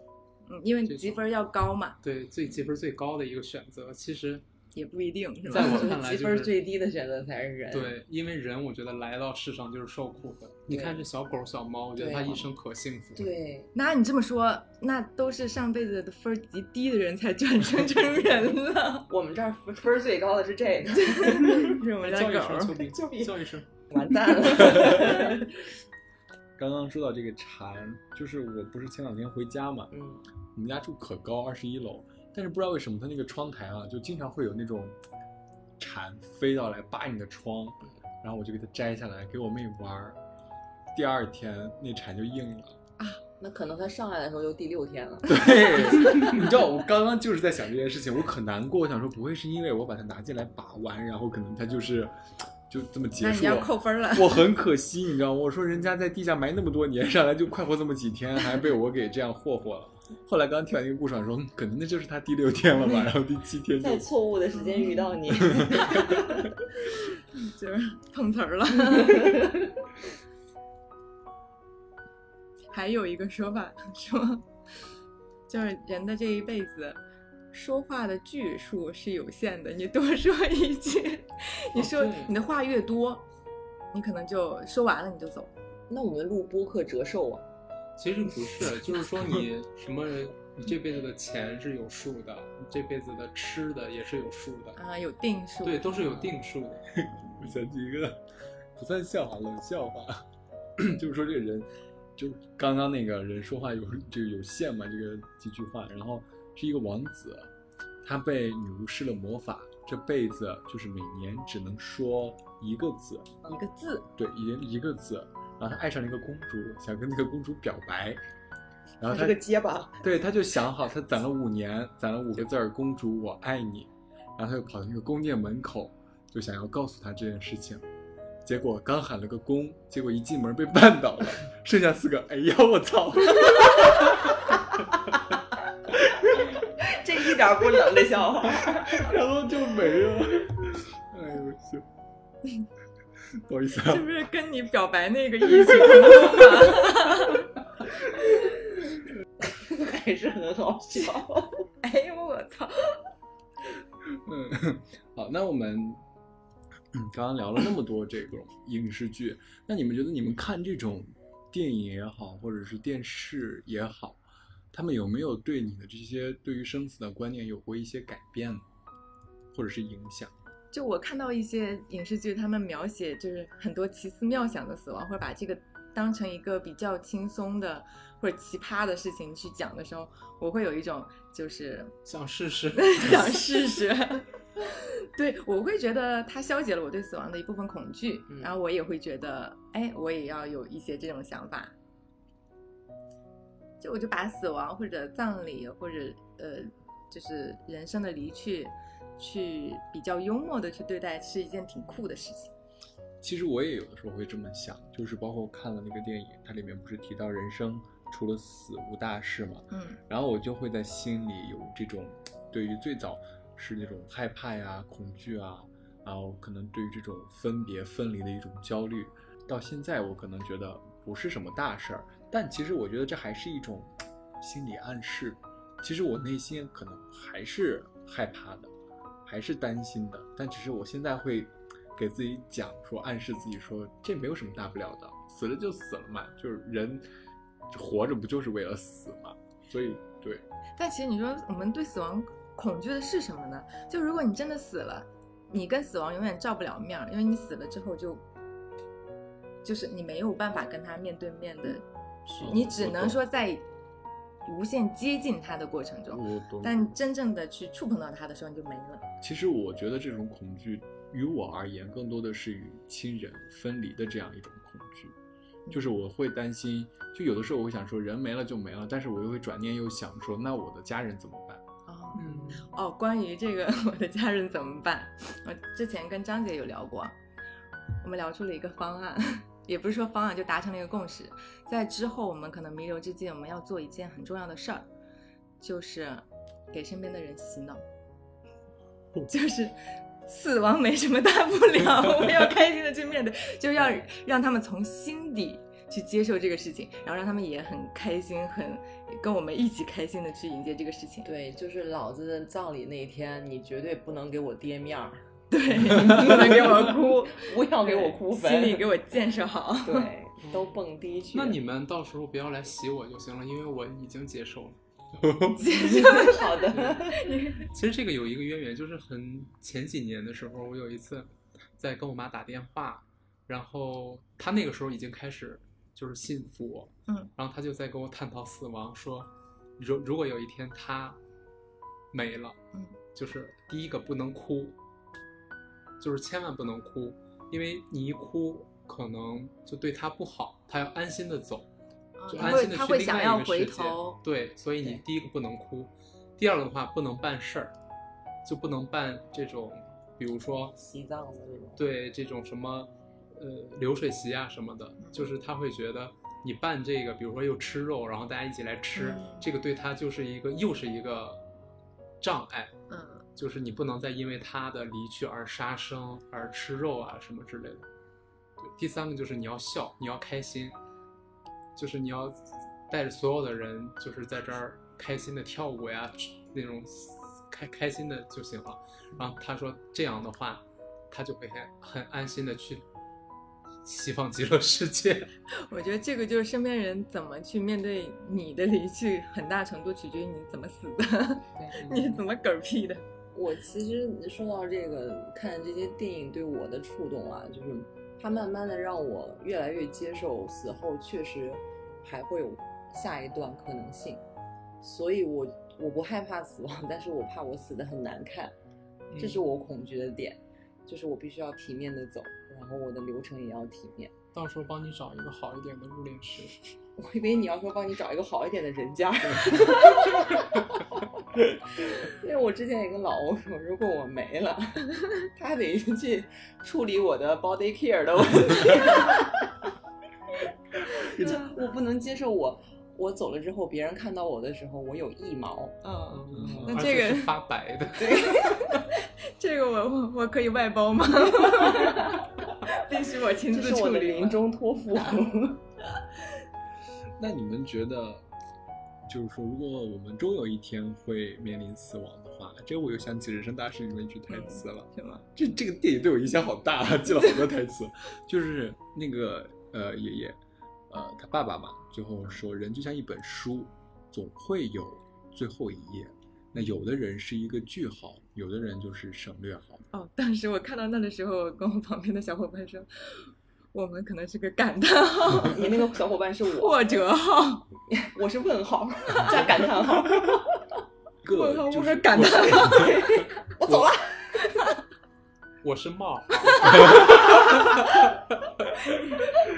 [SPEAKER 5] 嗯，因为
[SPEAKER 4] 这
[SPEAKER 5] 积
[SPEAKER 4] 种
[SPEAKER 5] 分要高嘛，
[SPEAKER 4] 对最积分最高的一个选择。其实
[SPEAKER 5] 也不一定是吧
[SPEAKER 4] 在我
[SPEAKER 2] 就是
[SPEAKER 4] 看来
[SPEAKER 2] 积
[SPEAKER 4] 就是
[SPEAKER 2] 分最低的选择才是人。，
[SPEAKER 4] 对，因为人我觉得来到世上就是受苦的。你看这小狗小猫，我觉得
[SPEAKER 2] 对
[SPEAKER 4] 它一生可幸福了。
[SPEAKER 2] 对，
[SPEAKER 5] 那你这么说，那都是上辈子的分儿极低的人才转生成 人了，
[SPEAKER 2] 我们这儿分分儿最高的是这个，
[SPEAKER 5] 是我们家
[SPEAKER 4] 叫一
[SPEAKER 5] 狗
[SPEAKER 4] 声
[SPEAKER 5] 儿
[SPEAKER 4] 丘。 比，
[SPEAKER 2] 救命
[SPEAKER 4] 叫一声。
[SPEAKER 2] 完蛋 了。
[SPEAKER 1] 刚刚说到这个蝉，就是我不是前两天回家嘛，
[SPEAKER 2] 嗯，
[SPEAKER 1] 我们家住可高，二十一楼，但是不知道为什么它那个窗台啊，就经常会有那种蝉飞到来扒你的窗，
[SPEAKER 5] 嗯
[SPEAKER 1] 然后我就给它摘下来给我妹玩儿。第二天那蝉就硬了，
[SPEAKER 2] 那可能他上来的时候就第六天了。
[SPEAKER 1] 对， 你知道我刚刚就是在想这件事情，我可难过，我想说不会是因为我把它拿进来把玩，然后可能它就是就这么结
[SPEAKER 5] 那
[SPEAKER 1] 束
[SPEAKER 5] 你
[SPEAKER 1] 了。
[SPEAKER 5] 要扣分儿了，
[SPEAKER 1] 我很可惜，你知道吗？我说人家在地下埋那么多年，上来就快活这么几天，还被我给这样霍霍了。后来刚听完那个故事，我说嗯可能那就是他第六天了吧，然后第七天就
[SPEAKER 2] 在错误的时间遇到你，
[SPEAKER 5] 就是碰瓷儿了。还有一个说法说，就是人的这一辈子。说话的句数是有限的，你多说一句，你说
[SPEAKER 4] 对
[SPEAKER 5] 你的话越多，你可能就说完了你就走。
[SPEAKER 2] 那我们录播客折寿啊？
[SPEAKER 4] 其实不是，就是说你什么，你这辈子的钱是有数的，你这辈子的吃的也是有数的，
[SPEAKER 5] 啊，有定数。
[SPEAKER 4] 对，都是有定数的。
[SPEAKER 1] 我想起一个不算笑话，冷笑话， 就是说这个人，就刚刚那个人说话有这个有限嘛，这个几句话，然后是一个王子，他被女巫施了魔法，这辈子就是每年只能说一个字，
[SPEAKER 5] 一个字，
[SPEAKER 1] 对，一一个字，然后他爱上了一个公主，想跟那个公主表白，然后
[SPEAKER 2] 他
[SPEAKER 1] 他
[SPEAKER 2] 是个结 巴，
[SPEAKER 1] 对，他就想好，他攒了五年，攒了五个字儿“公主我爱你”，然后他就跑到那个宫殿门口，就想要告诉她这件事情，结果刚喊了个“公”，结果一进门被绊倒了，剩下四个“哎呀我操
[SPEAKER 2] 这一点儿不冷的笑话。”，
[SPEAKER 1] 然后就没了， 哎呦我去， 不好意思
[SPEAKER 5] 是
[SPEAKER 1] 啊，
[SPEAKER 5] 不是跟你表白那个异曲同工啊？
[SPEAKER 2] 还是很好笑。
[SPEAKER 5] 哎呦我操！
[SPEAKER 1] 嗯，好，那我们嗯刚刚聊了那么多这种影视剧，那你们觉得你们看这种电影也好，或者是电视也好，他们有没有对你的这些对于生死的观念有过一些改变呢，或者是影响？
[SPEAKER 5] 就我看到一些影视剧，他们描写就是很多奇思妙想的死亡，或者把这个当成一个比较轻松的或者奇葩的事情去讲的时候，我会有一种就是
[SPEAKER 4] 想试试，
[SPEAKER 5] 想试试。 对，我会觉得它消解了我对死亡的一部分恐惧，
[SPEAKER 2] 嗯
[SPEAKER 5] 然后我也会觉得，哎，我也要有一些这种想法。就我就把死亡或者葬礼或者呃，就是人生的离去，去比较幽默的去对待，是一件挺酷的事情。
[SPEAKER 1] 其实我也有的时候会这么想，就是包括看了那个电影，它里面不是提到人生除了死无大事嘛，
[SPEAKER 5] 嗯
[SPEAKER 1] 然后我就会在心里有这种对于最早是那种害怕呀、恐惧啊，然后可能对于这种分别分离的一种焦虑，到现在我可能觉得不是什么大事儿，但其实我觉得这还是一种心理暗示。其实我内心可能还是害怕的，还是担心的，但只是我现在会给自己讲说，暗示自己说这没有什么大不了的，死了就死了嘛，就是人活着不就是为了死嘛？所以对，
[SPEAKER 5] 但其实你说我们对死亡恐惧的是什么呢？就如果你真的死了，你跟死亡永远照不了面儿，因为你死了之后就，就是你没有办法跟他面对面的，
[SPEAKER 1] 哦
[SPEAKER 5] 你只
[SPEAKER 1] 我懂
[SPEAKER 5] 能说在无限接近他的过程中，
[SPEAKER 1] 我懂。
[SPEAKER 5] 但真正的去触碰到他的时候你就没了。
[SPEAKER 1] 其实我觉得这种恐惧于我而言，更多的是与亲人分离的这样一种恐惧。就是我会担心，就有的时候我会想说，人没了就没了，但是我又会转念又想说，那我的家人怎么办？
[SPEAKER 5] 哦
[SPEAKER 2] 嗯，
[SPEAKER 5] 哦，关于这个 我的家人怎么办？我之前跟张姐有聊过，我们聊出了一个方案， 也不是说方案，就达成了一个共识。在之后，我们可能弥留之际，我们要做一件很重要的事儿，就是给身边的人洗脑， 就是。死亡没什么大不了， 我们要开心的去面对，就要让他们从心底去接受这个事情，然后让他们也很开心，很跟我们一起开心的去迎接这个事情。
[SPEAKER 2] 对，就是老子的葬礼那一天，你绝对不能给我爹面儿，
[SPEAKER 5] 对，你不能给我哭，
[SPEAKER 2] 不要给我哭
[SPEAKER 5] 心里
[SPEAKER 2] 坟
[SPEAKER 5] 给。我建设好。
[SPEAKER 2] 对，都蹦迪去。
[SPEAKER 4] 那 你们到时候不要来洗我就行了，因为我已经接受了。
[SPEAKER 2] 好的，
[SPEAKER 4] 其实这个有一个渊源，就是很前几年的时候，我有一次在跟我妈打电话，然后她那个时候已经开始就是信佛，
[SPEAKER 5] 嗯，
[SPEAKER 4] 然后她就在跟我探讨死亡，说如如果有一天她没了，
[SPEAKER 5] 嗯，
[SPEAKER 4] 就是第一个不能哭，就是千万不能哭，因为你一哭可能就对她不好，她要安心的走，就
[SPEAKER 5] 他
[SPEAKER 4] 安
[SPEAKER 5] 会
[SPEAKER 4] 心的
[SPEAKER 5] 他
[SPEAKER 4] 去
[SPEAKER 5] 会
[SPEAKER 4] 另
[SPEAKER 5] 想
[SPEAKER 4] 外
[SPEAKER 5] 要
[SPEAKER 4] 一个
[SPEAKER 5] 回
[SPEAKER 4] 世界
[SPEAKER 5] 头。，
[SPEAKER 4] 对，所以你
[SPEAKER 2] 对
[SPEAKER 4] 第一个不能哭，第二个的话不能办事儿，就不能办这种，比如说
[SPEAKER 2] 西藏的这种。
[SPEAKER 4] 对这种什么呃流水席啊什么的，
[SPEAKER 5] 嗯
[SPEAKER 4] 就是他会觉得你办这个，比如说又吃肉，然后大家一起来吃，
[SPEAKER 5] 嗯
[SPEAKER 4] 这个对他就是一个又是一个障碍，
[SPEAKER 5] 嗯，
[SPEAKER 4] 就是你不能再因为他的离去而杀生、而吃肉啊什么之类的。对，第三个就是你要笑，你要开心，就是你要带着所有的人，就是在这儿开心的跳舞呀，那种开开心的就行了。然后他说这样的话，他就会很很安心的去西方极乐世界。
[SPEAKER 5] 我觉得这个就是身边人怎么去面对你的离去，很大程度取决于你怎么死的， 你怎么嗝屁的。
[SPEAKER 2] 我其实说到这个，看这些电影对我的触动啊，就是它慢慢的让我越来越接受死后确实还会有下一段可能性，所以我我不害怕死亡，但是我怕我死的很难看，这是我恐惧的点，就是我必须要体面的走，然后我的流程也要体面。
[SPEAKER 4] 到时候帮你找一个好一点的入殓师。
[SPEAKER 2] 我以为你要说帮你找一个好一点的人 家，因为我之前有个老欧说，如果我没了，他得去处理我的 body care 的问题， 就我不能接受我我走了之后，别人看到我的时候，我有腋毛，
[SPEAKER 5] 嗯，
[SPEAKER 4] 嗯
[SPEAKER 5] 那
[SPEAKER 4] 而
[SPEAKER 5] 这
[SPEAKER 4] 且是
[SPEAKER 5] 个
[SPEAKER 4] 发白的，
[SPEAKER 5] 这个我我我可以外包吗？ 必须我亲
[SPEAKER 2] 这
[SPEAKER 5] 自
[SPEAKER 2] 是
[SPEAKER 5] 嗯处
[SPEAKER 2] 我的
[SPEAKER 5] 理吗
[SPEAKER 2] 临。终托 付。
[SPEAKER 1] 那你们觉得，就是说，如果我们终有一天会面临死亡的话，这我又想起《人生大事》里面一句台词了。
[SPEAKER 5] 是吗？
[SPEAKER 1] 这这个电影对我影响好大啊，记了好多台词。 就是那个呃爷爷，呃他爸爸嘛，最后说人就像一本书，总会有最后一页。那有的人是一个句号，有的人就是省略号。
[SPEAKER 5] 哦，当时我看到那的时候，我跟我旁边的小伙伴说，我们可能是个感 叹号、
[SPEAKER 2] 你那个小伙伴是我，
[SPEAKER 5] 挫折号。
[SPEAKER 2] 我是问号加感叹号，
[SPEAKER 1] 一个
[SPEAKER 5] 我靠
[SPEAKER 1] 就
[SPEAKER 5] 我
[SPEAKER 1] 是
[SPEAKER 5] 很感叹
[SPEAKER 1] 我
[SPEAKER 2] 我走了。
[SPEAKER 4] 我是帽。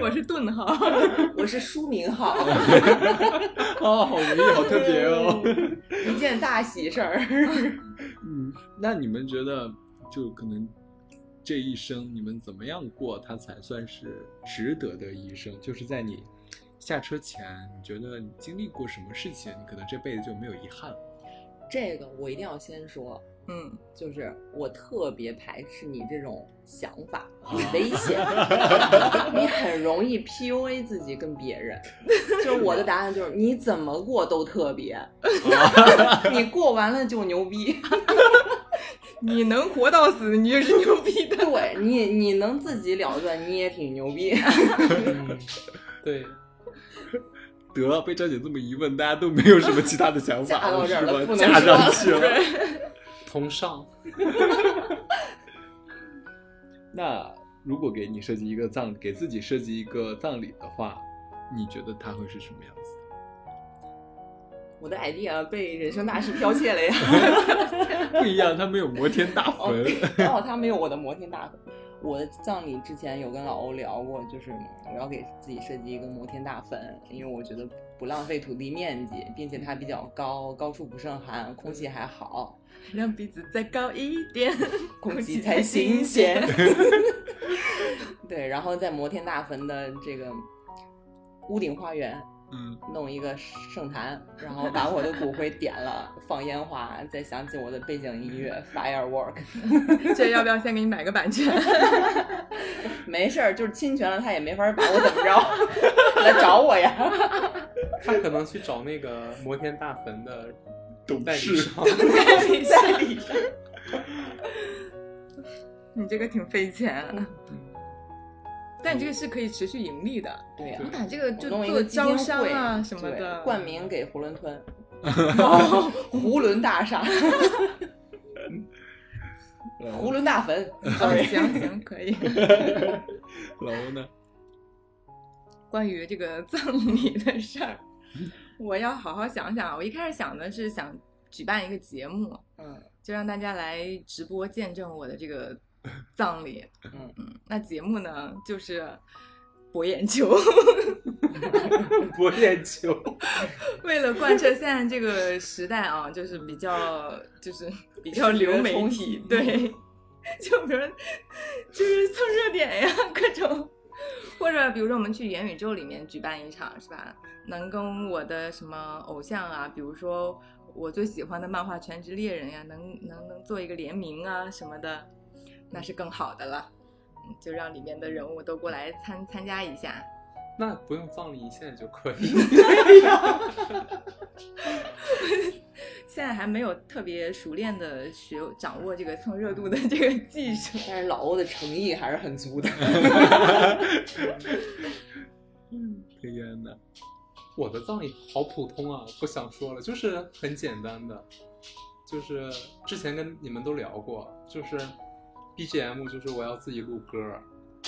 [SPEAKER 5] 我是顿号，
[SPEAKER 2] 我是书名号，
[SPEAKER 1] 哦，好文艺，好特别哦。
[SPEAKER 2] 一件大喜事 儿。
[SPEAKER 1] 嗯，那你们觉得，就可能这一生你们怎么样过，它才算是值得的一生？就是在你下车前，你觉得你经历过什么事情，你可能这辈子就没有遗憾了。
[SPEAKER 2] 这个我一定要先说，
[SPEAKER 5] 嗯，
[SPEAKER 2] 就是我特别排斥你这种想法，很危险， 你很容易 PUA 自己跟别人。就是我的答案就是你怎么过都特别，你过完了就牛逼。
[SPEAKER 5] 你能活到死，你就是牛逼的。
[SPEAKER 2] 对你，你能自己了断，你也挺牛逼。
[SPEAKER 4] 嗯 对，
[SPEAKER 1] 得被张姐这么一问，大家都没有什么其他的想 法
[SPEAKER 2] 嫁到这儿
[SPEAKER 1] 是
[SPEAKER 2] 了
[SPEAKER 1] 吧？
[SPEAKER 2] 不能
[SPEAKER 1] 嫁上去
[SPEAKER 2] 说了
[SPEAKER 1] 了。
[SPEAKER 4] 同上，
[SPEAKER 1] 那如果给你设计一个葬，给自己设计一个葬礼的话，你觉得它会是什么样子？
[SPEAKER 2] 我的 idea 被人生大师剽窃了呀。
[SPEAKER 1] 不一 样，它没有摩天大坟。
[SPEAKER 2] 然哦后他没有我的摩天大坟。我的葬礼之前有跟老欧聊过，就是我要给自己设计一个摩天大坟，因为我觉得不浪费土地面积，并且它比较高，高处不胜寒，空气还好，
[SPEAKER 5] 让鼻子再高一 点，
[SPEAKER 2] 空气才新鲜。 对，然后在摩天大坟的这个屋顶花园
[SPEAKER 1] 嗯，
[SPEAKER 2] 弄一个圣坛，然后把我的骨灰点了，放烟花，再想起我的背景音 乐 firework。
[SPEAKER 5] 这要不要先给你买个版权？
[SPEAKER 2] 没事儿，就是侵权了，他也没法把我怎么着，来找我呀。
[SPEAKER 4] 他可能去找那个摩天大坟的
[SPEAKER 1] 董
[SPEAKER 4] 代理
[SPEAKER 1] 事
[SPEAKER 4] 商。
[SPEAKER 2] 在理上，
[SPEAKER 5] 你这个挺费钱啊、
[SPEAKER 2] 嗯
[SPEAKER 5] 但你这个是可以持续盈利的。
[SPEAKER 2] 对啊呀、
[SPEAKER 5] 你把这个
[SPEAKER 2] 嗯我
[SPEAKER 5] 就
[SPEAKER 2] 弄一
[SPEAKER 5] 做
[SPEAKER 2] 个基金
[SPEAKER 5] 招商
[SPEAKER 2] 会
[SPEAKER 5] 啊什么
[SPEAKER 2] 对
[SPEAKER 5] 的，
[SPEAKER 2] 冠名给囫囵 吞，哦囫囵大厦， 囫囵大坟。
[SPEAKER 5] 哦，行行可以。
[SPEAKER 1] 老欧呢？
[SPEAKER 5] 关于这个葬礼的事儿，我要好好想想。啊我一开始想的是想举办一个节目，
[SPEAKER 2] 嗯
[SPEAKER 5] 就让大家来直播见证我的这个葬礼。
[SPEAKER 2] 嗯，
[SPEAKER 5] 嗯，那节目呢，就是博眼球。
[SPEAKER 4] 博眼球，
[SPEAKER 5] 为了贯彻现在这个时代啊，就是比较就是比较
[SPEAKER 2] 视觉
[SPEAKER 5] 流媒
[SPEAKER 2] 冲击，
[SPEAKER 5] 体对， 就比如就是蹭热点呀，各种，或者比如说我们去元宇宙里面举办一场，是吧？能跟我的什么偶像啊，比如说我最喜欢的漫画《全职猎人》呀，能能能做一个联名啊什么的，那是更好的了。嗯就让里面的人物都过来参参加一下，
[SPEAKER 4] 那不用葬礼，现在就可 以。
[SPEAKER 5] 现在还没有特别熟练的学掌握这个蹭热度的这个技术。
[SPEAKER 2] 但是老欧的诚意还是很足的。
[SPEAKER 1] 天哪！
[SPEAKER 4] 我的葬礼好普通啊，不想说了，就是很简单的，就是之前跟你们都聊过，就是 BGM 就是我要自己录歌儿，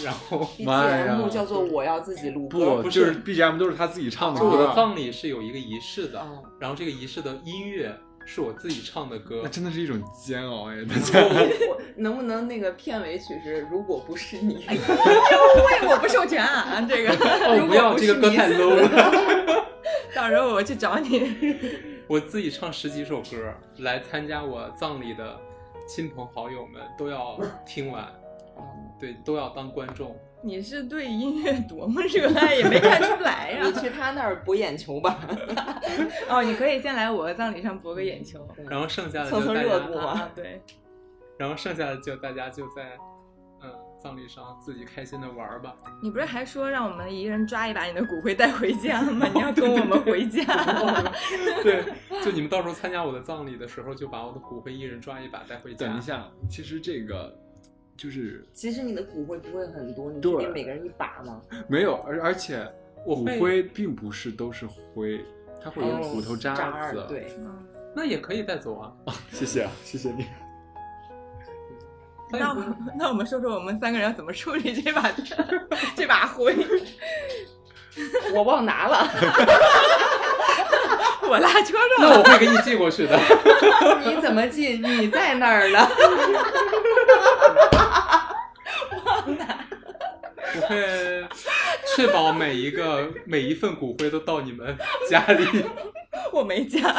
[SPEAKER 4] 然后
[SPEAKER 1] 妈呀
[SPEAKER 2] BGM 叫做我要自己录歌，
[SPEAKER 1] 不，
[SPEAKER 4] 不
[SPEAKER 1] 就是是 BGM 都是他自己唱的
[SPEAKER 4] 就我
[SPEAKER 1] 歌
[SPEAKER 4] 的。葬礼是有一个仪式的，
[SPEAKER 2] 嗯
[SPEAKER 4] 然后这个仪式的音乐是我自己唱的歌
[SPEAKER 1] 那，真的是一种煎熬哎！大
[SPEAKER 2] 我
[SPEAKER 1] 家
[SPEAKER 2] 我能不能那个片尾曲是如果不是 你？哎
[SPEAKER 5] 对，哦我不授权啊，这个
[SPEAKER 4] 哦不要这个歌太 low 了，
[SPEAKER 5] 到时候我去找你。
[SPEAKER 4] 我自己唱十几首歌儿来参加我葬礼的亲朋好友们都要听完，对，都要当观众。
[SPEAKER 5] 你是对音乐多么热爱，也没看出来啊呀、
[SPEAKER 2] 你去他那儿博眼球吧，
[SPEAKER 5] 哦，你可以先来我的葬礼上博个眼球。
[SPEAKER 4] 然后剩下的
[SPEAKER 2] 蹭
[SPEAKER 4] 就
[SPEAKER 2] 蹭
[SPEAKER 4] 大
[SPEAKER 2] 热
[SPEAKER 4] 家
[SPEAKER 2] 度
[SPEAKER 5] 啊
[SPEAKER 2] 哇
[SPEAKER 5] 啊，对，
[SPEAKER 4] 然后剩下的就大家就在嗯葬礼上自己开心的玩儿吧。
[SPEAKER 5] 你不是还说让我们一人抓一把你的骨灰带回家吗？你要跟我们回 家，
[SPEAKER 4] 对，就你们到时候参加我的葬礼的时候，就把我的骨灰一人抓一把带回家。
[SPEAKER 1] 等一，下，其实这个就是
[SPEAKER 2] 其实你的骨灰不会很多，你
[SPEAKER 1] 对
[SPEAKER 2] 确定每个人一把吗？
[SPEAKER 1] 没有，而而且
[SPEAKER 4] 我
[SPEAKER 1] 骨
[SPEAKER 4] 会
[SPEAKER 1] 灰并不是都是灰，它会有
[SPEAKER 2] 还
[SPEAKER 1] 骨头
[SPEAKER 2] 哦渣
[SPEAKER 1] 渣
[SPEAKER 2] 儿
[SPEAKER 1] 子。，
[SPEAKER 2] 对，
[SPEAKER 4] 那也可以带走啊。
[SPEAKER 1] 谢谢啊，谢谢你。
[SPEAKER 4] 但
[SPEAKER 5] 那
[SPEAKER 4] 是
[SPEAKER 5] 我那我们说说我们三个人要怎么处理这把 这把灰，
[SPEAKER 2] 我忘拿了，
[SPEAKER 5] 我拉车上
[SPEAKER 4] 那我会给你寄过去的。
[SPEAKER 2] 你怎么进？你在那儿呢？
[SPEAKER 4] 我会确保每一个每一份骨灰都到你们家里，
[SPEAKER 5] 我没家，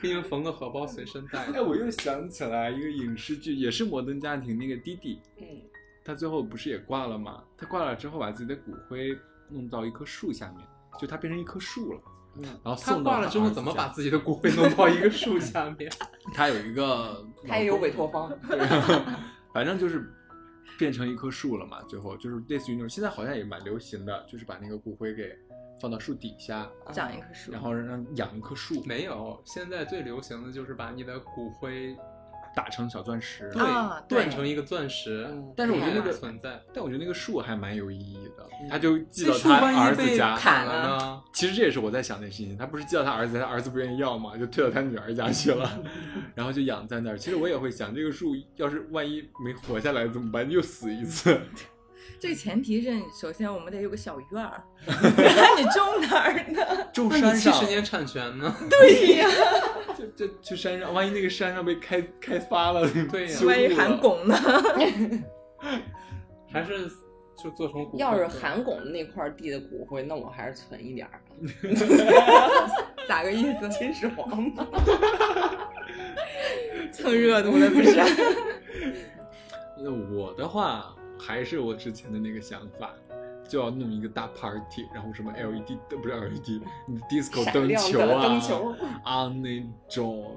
[SPEAKER 4] 给你们缝个荷包随身带。
[SPEAKER 1] 哎，我又想起来一个影视剧，也是《摩登家庭》那个弟弟，
[SPEAKER 2] 嗯，
[SPEAKER 1] 他最后不是也挂了吗？他挂了之后，把自己的骨灰弄到一棵树下面，就他变成一棵树了。
[SPEAKER 2] 嗯，
[SPEAKER 1] 然后
[SPEAKER 4] 他
[SPEAKER 1] 送到
[SPEAKER 4] 挂了之后
[SPEAKER 1] 儿子
[SPEAKER 4] 怎么
[SPEAKER 1] 家
[SPEAKER 4] 把自己的骨灰弄到一个树下面？
[SPEAKER 1] 他有一个，
[SPEAKER 2] 他也有委托方，
[SPEAKER 1] 反正就是变成一棵树了嘛。最后就是类似于那种，现在好像也蛮流行的，就是把那个骨灰给放到树底下，
[SPEAKER 5] 长一棵树，
[SPEAKER 1] 然后让养一棵树，
[SPEAKER 4] 没有，现在最流行的就是把你的骨灰
[SPEAKER 1] 打成小钻石。
[SPEAKER 4] 对
[SPEAKER 5] 啊对
[SPEAKER 4] 锻成一个钻石
[SPEAKER 2] 嗯，
[SPEAKER 1] 但是我觉得那
[SPEAKER 4] 让它
[SPEAKER 1] 个
[SPEAKER 4] 存在。
[SPEAKER 1] 但我觉得那个树还蛮有意义的
[SPEAKER 2] 嗯，
[SPEAKER 1] 他就寄
[SPEAKER 4] 这
[SPEAKER 1] 到
[SPEAKER 4] 树
[SPEAKER 1] 他
[SPEAKER 4] 万
[SPEAKER 1] 儿
[SPEAKER 4] 一
[SPEAKER 1] 子
[SPEAKER 4] 被
[SPEAKER 1] 家。
[SPEAKER 4] 砍了呢？
[SPEAKER 1] 其实这也是我在想的事情，他不是寄到他儿子家，他儿子不愿意要嘛，就退到他女儿家去了，
[SPEAKER 4] 嗯
[SPEAKER 1] 然后就养在那儿。其实我也会想，这个树要是万一没活下来怎么办？又死一次。
[SPEAKER 5] 这个前提是，首先我们得有个小院儿， 看你种哪儿呢？
[SPEAKER 1] 种
[SPEAKER 4] 那
[SPEAKER 1] 山
[SPEAKER 4] 你七
[SPEAKER 1] 上，
[SPEAKER 4] 十年产权 呢？
[SPEAKER 5] 对呀，
[SPEAKER 1] 就就去山上，万一那个山上被开开发了，
[SPEAKER 4] 对呀
[SPEAKER 1] 修
[SPEAKER 5] 万一
[SPEAKER 1] 路
[SPEAKER 5] 含
[SPEAKER 1] 了
[SPEAKER 5] 汞呢？
[SPEAKER 4] 还是就做成骨灰？
[SPEAKER 2] 要是韩拱那块地的骨灰，那我还是存一点儿，
[SPEAKER 5] 咋个意思？
[SPEAKER 2] 秦始皇嘛。
[SPEAKER 5] 蹭热度了不是？啊
[SPEAKER 1] 那我的话还是我之前的那个想法，就要弄一个大 party，然后什么 LED 呃不是 LED，你 disco
[SPEAKER 2] 闪
[SPEAKER 1] 灯
[SPEAKER 2] 亮
[SPEAKER 1] 球
[SPEAKER 2] 的
[SPEAKER 1] 啊，
[SPEAKER 2] 灯球
[SPEAKER 1] 啊那种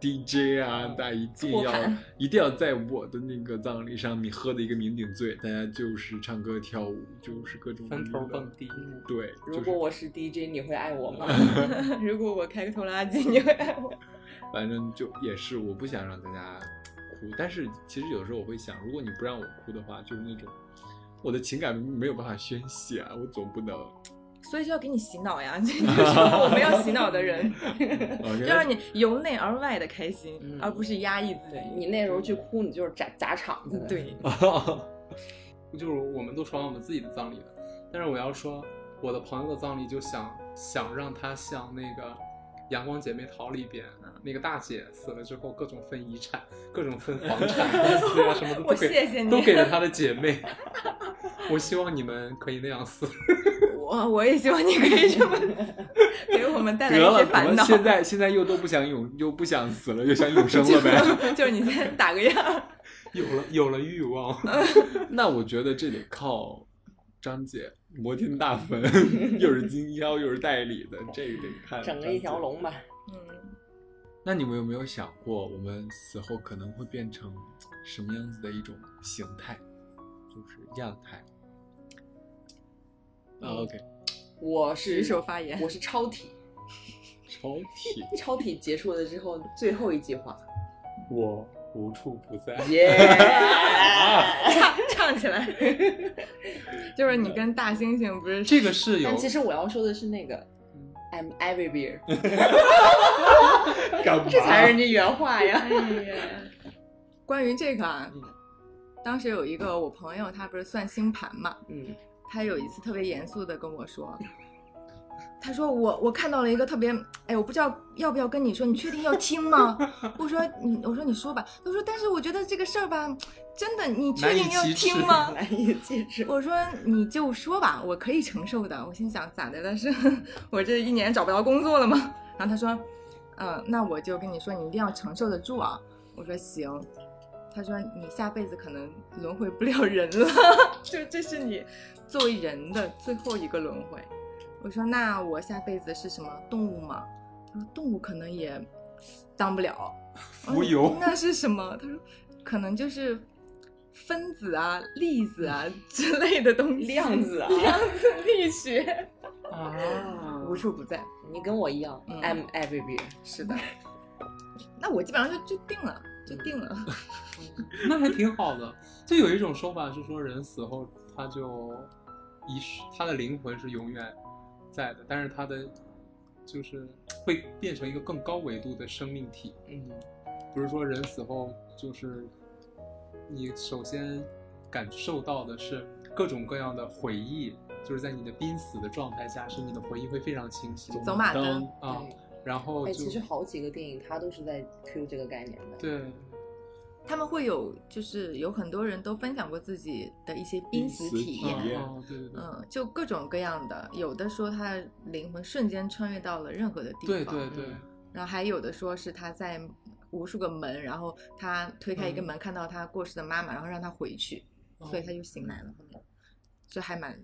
[SPEAKER 1] DJ 啊，
[SPEAKER 2] 哦
[SPEAKER 1] 大家一定
[SPEAKER 5] 托
[SPEAKER 1] 要
[SPEAKER 5] 盘
[SPEAKER 1] 一定要在我的那个葬礼上面喝的一个酩酊醉，大家就是唱歌跳舞，就是各种
[SPEAKER 4] 分头
[SPEAKER 1] 娱乐
[SPEAKER 4] 蹦迪。
[SPEAKER 2] 嗯
[SPEAKER 1] 对，
[SPEAKER 2] 如
[SPEAKER 1] 就
[SPEAKER 2] 果
[SPEAKER 1] 是
[SPEAKER 2] 我是 DJ，你会爱我吗？
[SPEAKER 5] 如果我开个拖拉机，你会爱我？
[SPEAKER 1] 反正就也是，我不想让大家哭，但是其实有时候我会想，如果你不让我哭的话，就是那种我的情感没有办法宣泄啊，我总不能，
[SPEAKER 5] 所以就要给你洗脑 呀，这就是我们要洗脑的人，
[SPEAKER 1] 呃
[SPEAKER 5] 要让你由内而外的开心，
[SPEAKER 2] 嗯
[SPEAKER 5] 而不是压抑自
[SPEAKER 2] 对
[SPEAKER 5] 己。
[SPEAKER 2] 你那时候去哭，你就是砸砸场子。，
[SPEAKER 5] 对，
[SPEAKER 4] 就是我们都说完我们自己的葬礼了，但是我要说我的朋友的葬礼就想想让他像那个《阳光姐妹淘》里边那个大姐死了之后，各种分遗产，各种分房产、公司啊什么的
[SPEAKER 5] 我
[SPEAKER 4] 都
[SPEAKER 5] 谢
[SPEAKER 4] 给
[SPEAKER 5] 谢你，
[SPEAKER 4] 都给了她的姐妹。 我 希望你们可以那样死。
[SPEAKER 5] 我我也希望你可以这么给我们带来
[SPEAKER 1] 得
[SPEAKER 5] 一
[SPEAKER 1] 了，
[SPEAKER 5] 些
[SPEAKER 1] 怎
[SPEAKER 5] 烦
[SPEAKER 1] 么
[SPEAKER 5] 恼。
[SPEAKER 1] 现在现在又都不想永又不想死了，又想永生了 呗？
[SPEAKER 5] 就是你先打个样，
[SPEAKER 4] 有了有了欲望，
[SPEAKER 1] 那我觉得这得靠张姐摩天大坟，又是金腰又是代理的，这个得看
[SPEAKER 2] 整个一条
[SPEAKER 1] 张姐。
[SPEAKER 2] 龙吧。
[SPEAKER 5] 嗯，
[SPEAKER 1] 那你们有没有想过，我们死后可能会变成什么样子的一种形态，就是样态？啊、
[SPEAKER 2] 嗯
[SPEAKER 1] o k
[SPEAKER 2] 我
[SPEAKER 5] 举
[SPEAKER 2] 是
[SPEAKER 5] 手发言。
[SPEAKER 2] 我是超体，
[SPEAKER 1] 超体，
[SPEAKER 2] 超体结束了之后最后一句话，
[SPEAKER 4] 我无处不在。
[SPEAKER 2] 耶！
[SPEAKER 5] 唱唱 起来，就是你跟大猩猩不是
[SPEAKER 4] 这个是有
[SPEAKER 2] 但，其实我要说的是那个
[SPEAKER 4] 嗯。
[SPEAKER 2] I'm everywhere，
[SPEAKER 1] 干嘛？
[SPEAKER 2] 这才是人家原话哎呀。
[SPEAKER 5] 关于这个啊
[SPEAKER 4] 嗯，
[SPEAKER 5] 当时有一个我朋友，他不是算星盘嘛，
[SPEAKER 2] 嗯，
[SPEAKER 5] 他有一次特别严肃的跟我说，他说我我看到了一个特别，哎，我不知道要不要跟你说，你确定要听吗？ 我说你我说你说吧，他说但是我觉得这个事儿吧，真的你确定要
[SPEAKER 4] 难以启齿
[SPEAKER 5] 听吗？
[SPEAKER 2] 难以启齿。
[SPEAKER 5] 我说你就说吧，我可以承受的。我心想咋的了？是 我这一年找不着工作了吗？然后他说，嗯、那我就跟你说，你一定要承受得住啊。我说行。他说你下辈子可能轮回不了人了，就这是你作为人的最后一个轮回。我说那我下辈子是什么动物吗？他说动物可能也当不了。
[SPEAKER 1] 浮游
[SPEAKER 5] 嗯那是什么？他说可能就是分子啊、粒子啊之类的东西，
[SPEAKER 2] 量子啊
[SPEAKER 5] 量子力学，
[SPEAKER 4] 啊
[SPEAKER 5] 无处不在。
[SPEAKER 2] 你跟我一样
[SPEAKER 5] 嗯
[SPEAKER 2] ，I'm 嗯 everywhere。
[SPEAKER 5] 是的，那我基本上就就定了，就定了。
[SPEAKER 4] 那还挺好的。就有一种说法是说，人死后他就一世，他的灵魂是永远在的，但是他的就是会变成一个更高维度的生命体。
[SPEAKER 2] 嗯，
[SPEAKER 4] 不是说人死后就是你首先感受到的是各种各样的回忆，就是在你的濒死的状态下，是你的回忆会非常清晰
[SPEAKER 5] 走马灯
[SPEAKER 1] 当
[SPEAKER 4] 啊
[SPEAKER 2] 对。
[SPEAKER 4] 然后
[SPEAKER 2] 哎，
[SPEAKER 4] 就
[SPEAKER 2] 其实好几个电影它都是在 Q 这个概念的。
[SPEAKER 4] 对嗯
[SPEAKER 5] 他们会有，就是有很多人都分享过自己的一些濒死
[SPEAKER 1] 濒
[SPEAKER 5] 体
[SPEAKER 1] 死体
[SPEAKER 5] 验
[SPEAKER 1] 验，
[SPEAKER 4] 哦对对对。
[SPEAKER 5] 嗯，就各种各样的，有的说他灵魂瞬间穿越到了任何的地方，
[SPEAKER 4] 对对对，
[SPEAKER 5] 然后还有的说是他在无数个门，然后他推开一个门，看到他过世的妈妈，然后让他回
[SPEAKER 2] 嗯
[SPEAKER 4] 嗯
[SPEAKER 5] 去，所以他就醒来了。后面就还蛮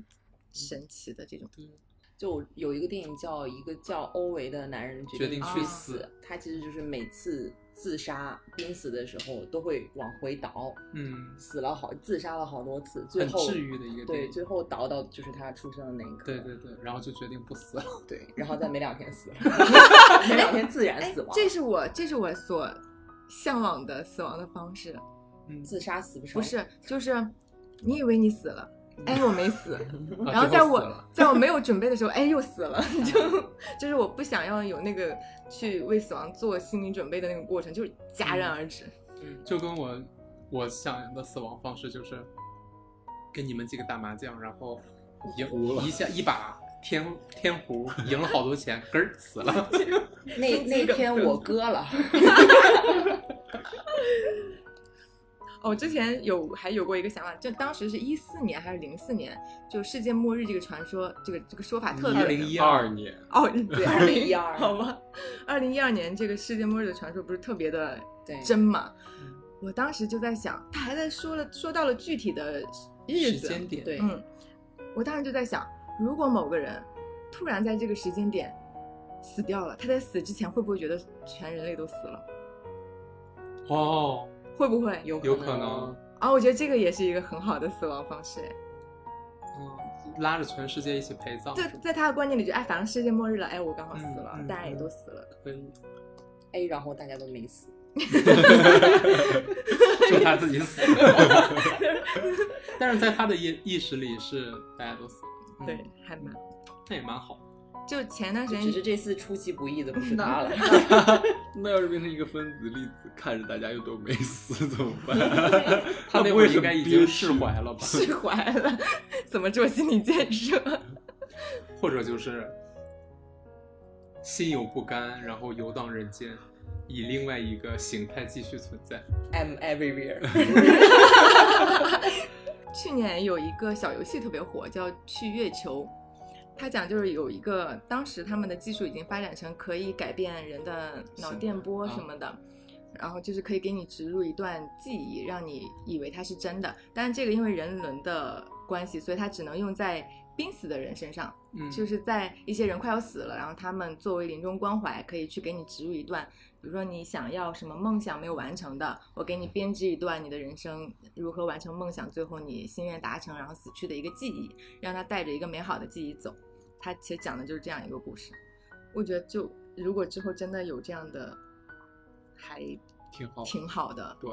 [SPEAKER 5] 神奇的这种。哎
[SPEAKER 4] 对，
[SPEAKER 2] 就就有一个电影叫《一个叫欧维的男人
[SPEAKER 4] 决
[SPEAKER 2] 决
[SPEAKER 4] 定
[SPEAKER 5] 去
[SPEAKER 2] 去
[SPEAKER 4] 死
[SPEAKER 2] 死》，他其实就是每次自杀濒死的时候都会往回倒，
[SPEAKER 4] 嗯，
[SPEAKER 2] 死了好自杀了好多次，最
[SPEAKER 4] 很
[SPEAKER 2] 后
[SPEAKER 4] 治愈的一个电
[SPEAKER 2] 对
[SPEAKER 4] 影。
[SPEAKER 2] 最后倒到就是他出生的那一刻，
[SPEAKER 4] 对对对，然后就决定不死 了。
[SPEAKER 2] 对，然后再没两天 死了，没两天自然
[SPEAKER 5] 哎
[SPEAKER 2] 死亡，，
[SPEAKER 5] 这是我这是我所向往的死亡的方式，
[SPEAKER 4] 嗯，
[SPEAKER 2] 自杀死不成，
[SPEAKER 5] 不是就是你以为你死了，哎，我没死，
[SPEAKER 4] 啊
[SPEAKER 5] 然后
[SPEAKER 4] 最
[SPEAKER 5] 在
[SPEAKER 4] 死
[SPEAKER 5] 我
[SPEAKER 4] 了
[SPEAKER 5] 在我没有准备的时候，哎，又死了， 就就是我不想要有那个去为死亡做心理准备的那个过程，就是戛
[SPEAKER 4] 嗯
[SPEAKER 5] 然而止。
[SPEAKER 4] 就跟我我想的死亡方式就是跟你们几个打麻将，然 后赢
[SPEAKER 1] 胡了
[SPEAKER 4] 一下一把天天胡，赢了好多钱， 嗝儿死了。
[SPEAKER 2] 那那天我割 了，
[SPEAKER 5] 哦，之前有还有过一个想法，就当时是一四年还是零四年，就世界末日这个传说，这个这个说法特
[SPEAKER 4] 嗯
[SPEAKER 5] 别
[SPEAKER 4] 二零一
[SPEAKER 1] 二年，
[SPEAKER 5] 哦，对，二零
[SPEAKER 2] 2012
[SPEAKER 5] 好吧，二零一二年这个世界末日的传说不是特别的
[SPEAKER 2] 对，
[SPEAKER 5] 真嘛
[SPEAKER 4] 嗯？
[SPEAKER 5] 我当时就在想，他还在说了说到了具体的日
[SPEAKER 4] 时
[SPEAKER 5] 子，
[SPEAKER 4] 间点，
[SPEAKER 2] 对
[SPEAKER 5] 嗯，我当时就在想，如果某个人突然在这个时间点死掉了，他在死之前会不会觉得全人类都死了？
[SPEAKER 4] 哦，
[SPEAKER 5] 会不会？
[SPEAKER 2] 有
[SPEAKER 4] 有可
[SPEAKER 2] 可
[SPEAKER 4] 能，
[SPEAKER 5] 啊，我觉得这个也是一个很好的死亡方式。哎，
[SPEAKER 4] 嗯，拉着全世界一起陪葬，
[SPEAKER 5] 在在他的观念里就，哎，反正世界末日了，哎，我刚好死
[SPEAKER 4] 嗯
[SPEAKER 5] 了，
[SPEAKER 4] 嗯
[SPEAKER 5] 大家也
[SPEAKER 4] 嗯
[SPEAKER 5] 都死了，
[SPEAKER 4] 可 以，
[SPEAKER 2] 哎，然后大家都没死，
[SPEAKER 4] 就他自己死 了。但是在他的意意识里是大家都死了，嗯
[SPEAKER 5] 对，，还蛮。
[SPEAKER 4] 那也蛮好。
[SPEAKER 5] 就前段时
[SPEAKER 2] 只是这
[SPEAKER 5] 间，
[SPEAKER 2] 次出其不意的不是 他了，
[SPEAKER 1] 那要是变成一个分子粒子，看着大家又都没死，怎么办？
[SPEAKER 4] 他那
[SPEAKER 1] 不
[SPEAKER 4] 会儿
[SPEAKER 1] 会
[SPEAKER 4] 应该已经释怀了吧？
[SPEAKER 5] 释怀了， 怎么做心理建设？
[SPEAKER 4] 或者就是心有不甘，然后游荡人间，以另外一个形态继续存在。
[SPEAKER 2] I'm everywhere。
[SPEAKER 5] 去年有一个小游戏特别火，叫《去月球》，它讲就是有一个当时他们的技术已经发展成可以改变人的脑电波什么的，然后就是可以给你植入一段记忆，让你以为它是真的。但是这个因为人伦的关系，所以它只能用在濒死的人身上。
[SPEAKER 4] 嗯，
[SPEAKER 5] 就是在一些人快要死了，然后他们作为临终关怀，可以去给你植入一段，比如说你想要什么梦想没有完成的，我给你编织一段你的人生如何完成梦想，最后你心愿达成，然后死去的一个记忆，让他带着一个美好的记忆走。他其实讲的就是这样一个故事。我觉得就如果之后真的有这样的，还
[SPEAKER 1] 挺好。
[SPEAKER 5] 挺好的。
[SPEAKER 1] 对，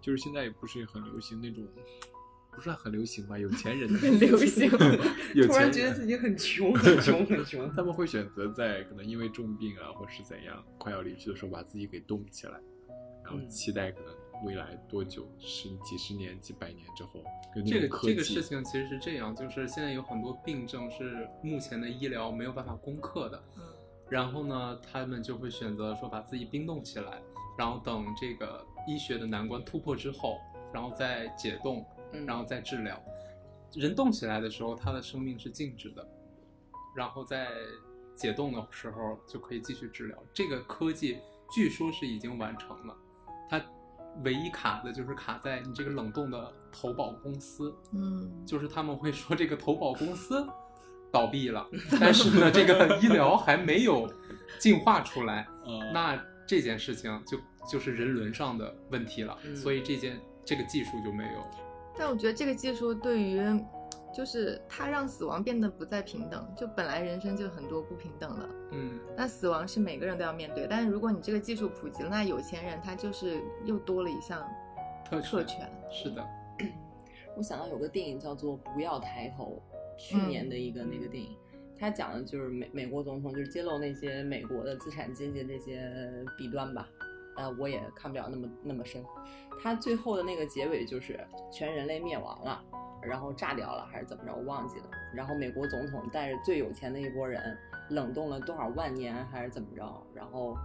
[SPEAKER 1] 就是现在也不是很流行那种，不是很流行吧？有钱人的
[SPEAKER 5] 很流 行
[SPEAKER 1] 有
[SPEAKER 2] 突然
[SPEAKER 1] 钱
[SPEAKER 2] 觉得自
[SPEAKER 1] 人。
[SPEAKER 2] 己很穷，很穷，很穷。
[SPEAKER 1] 他们会选择在可能因为重病啊，或是怎样快要离去的时候，把自己给冻起来，然后
[SPEAKER 2] 嗯
[SPEAKER 1] 期待可能未来多久，十几十年、几百年之后，跟
[SPEAKER 4] 这
[SPEAKER 1] 那
[SPEAKER 4] 个
[SPEAKER 1] 种科
[SPEAKER 4] 这个
[SPEAKER 1] 技
[SPEAKER 4] 事情其实是这样，就是现在有很多病症是目前的医疗没有办法攻克的，
[SPEAKER 5] 嗯
[SPEAKER 4] 然后呢，他们就会选择说把自己冰冻起来，然后等这个医学的难关突破之后，然后再解冻，
[SPEAKER 2] 嗯
[SPEAKER 4] 然后再治疗。人动起来的时候，他的生命是静止的，然后在解冻的时候就可以继续治疗。这个科技据说是已经完成了，它唯一卡的就是卡在你这个冷冻的投保公司，
[SPEAKER 5] 嗯，
[SPEAKER 4] 就是他们会说这个投保公司倒闭 了，但是呢，这个医疗还没有进化出来，
[SPEAKER 1] 呃
[SPEAKER 4] 那这件事情就就是人伦上的问题了，
[SPEAKER 2] 嗯
[SPEAKER 4] 所以这件这个技术就没有。
[SPEAKER 5] 但我觉得这个技术对于，就是它让死亡变得不再平等。就本来人生就很多不平等了，
[SPEAKER 4] 嗯，
[SPEAKER 5] 那死亡是每个人都要面对。但是如果你这个技术普及了，那有钱人他就是又多了一项
[SPEAKER 4] 特
[SPEAKER 5] 特
[SPEAKER 4] 权
[SPEAKER 5] 权。
[SPEAKER 4] 是的，
[SPEAKER 2] 我想到有个电影叫做《不要抬头》，去年的一个那个电影，它讲的就是美美国总统就是揭露那些美国的资产阶级那些弊端吧。呃，我也看不了那么那么深。它最后的那个结尾就是全人类灭亡了，然后炸掉了还是怎么着，我忘记了。然后美国总统带着最有钱的一拨人，冷冻了多少万年还是怎么着，然后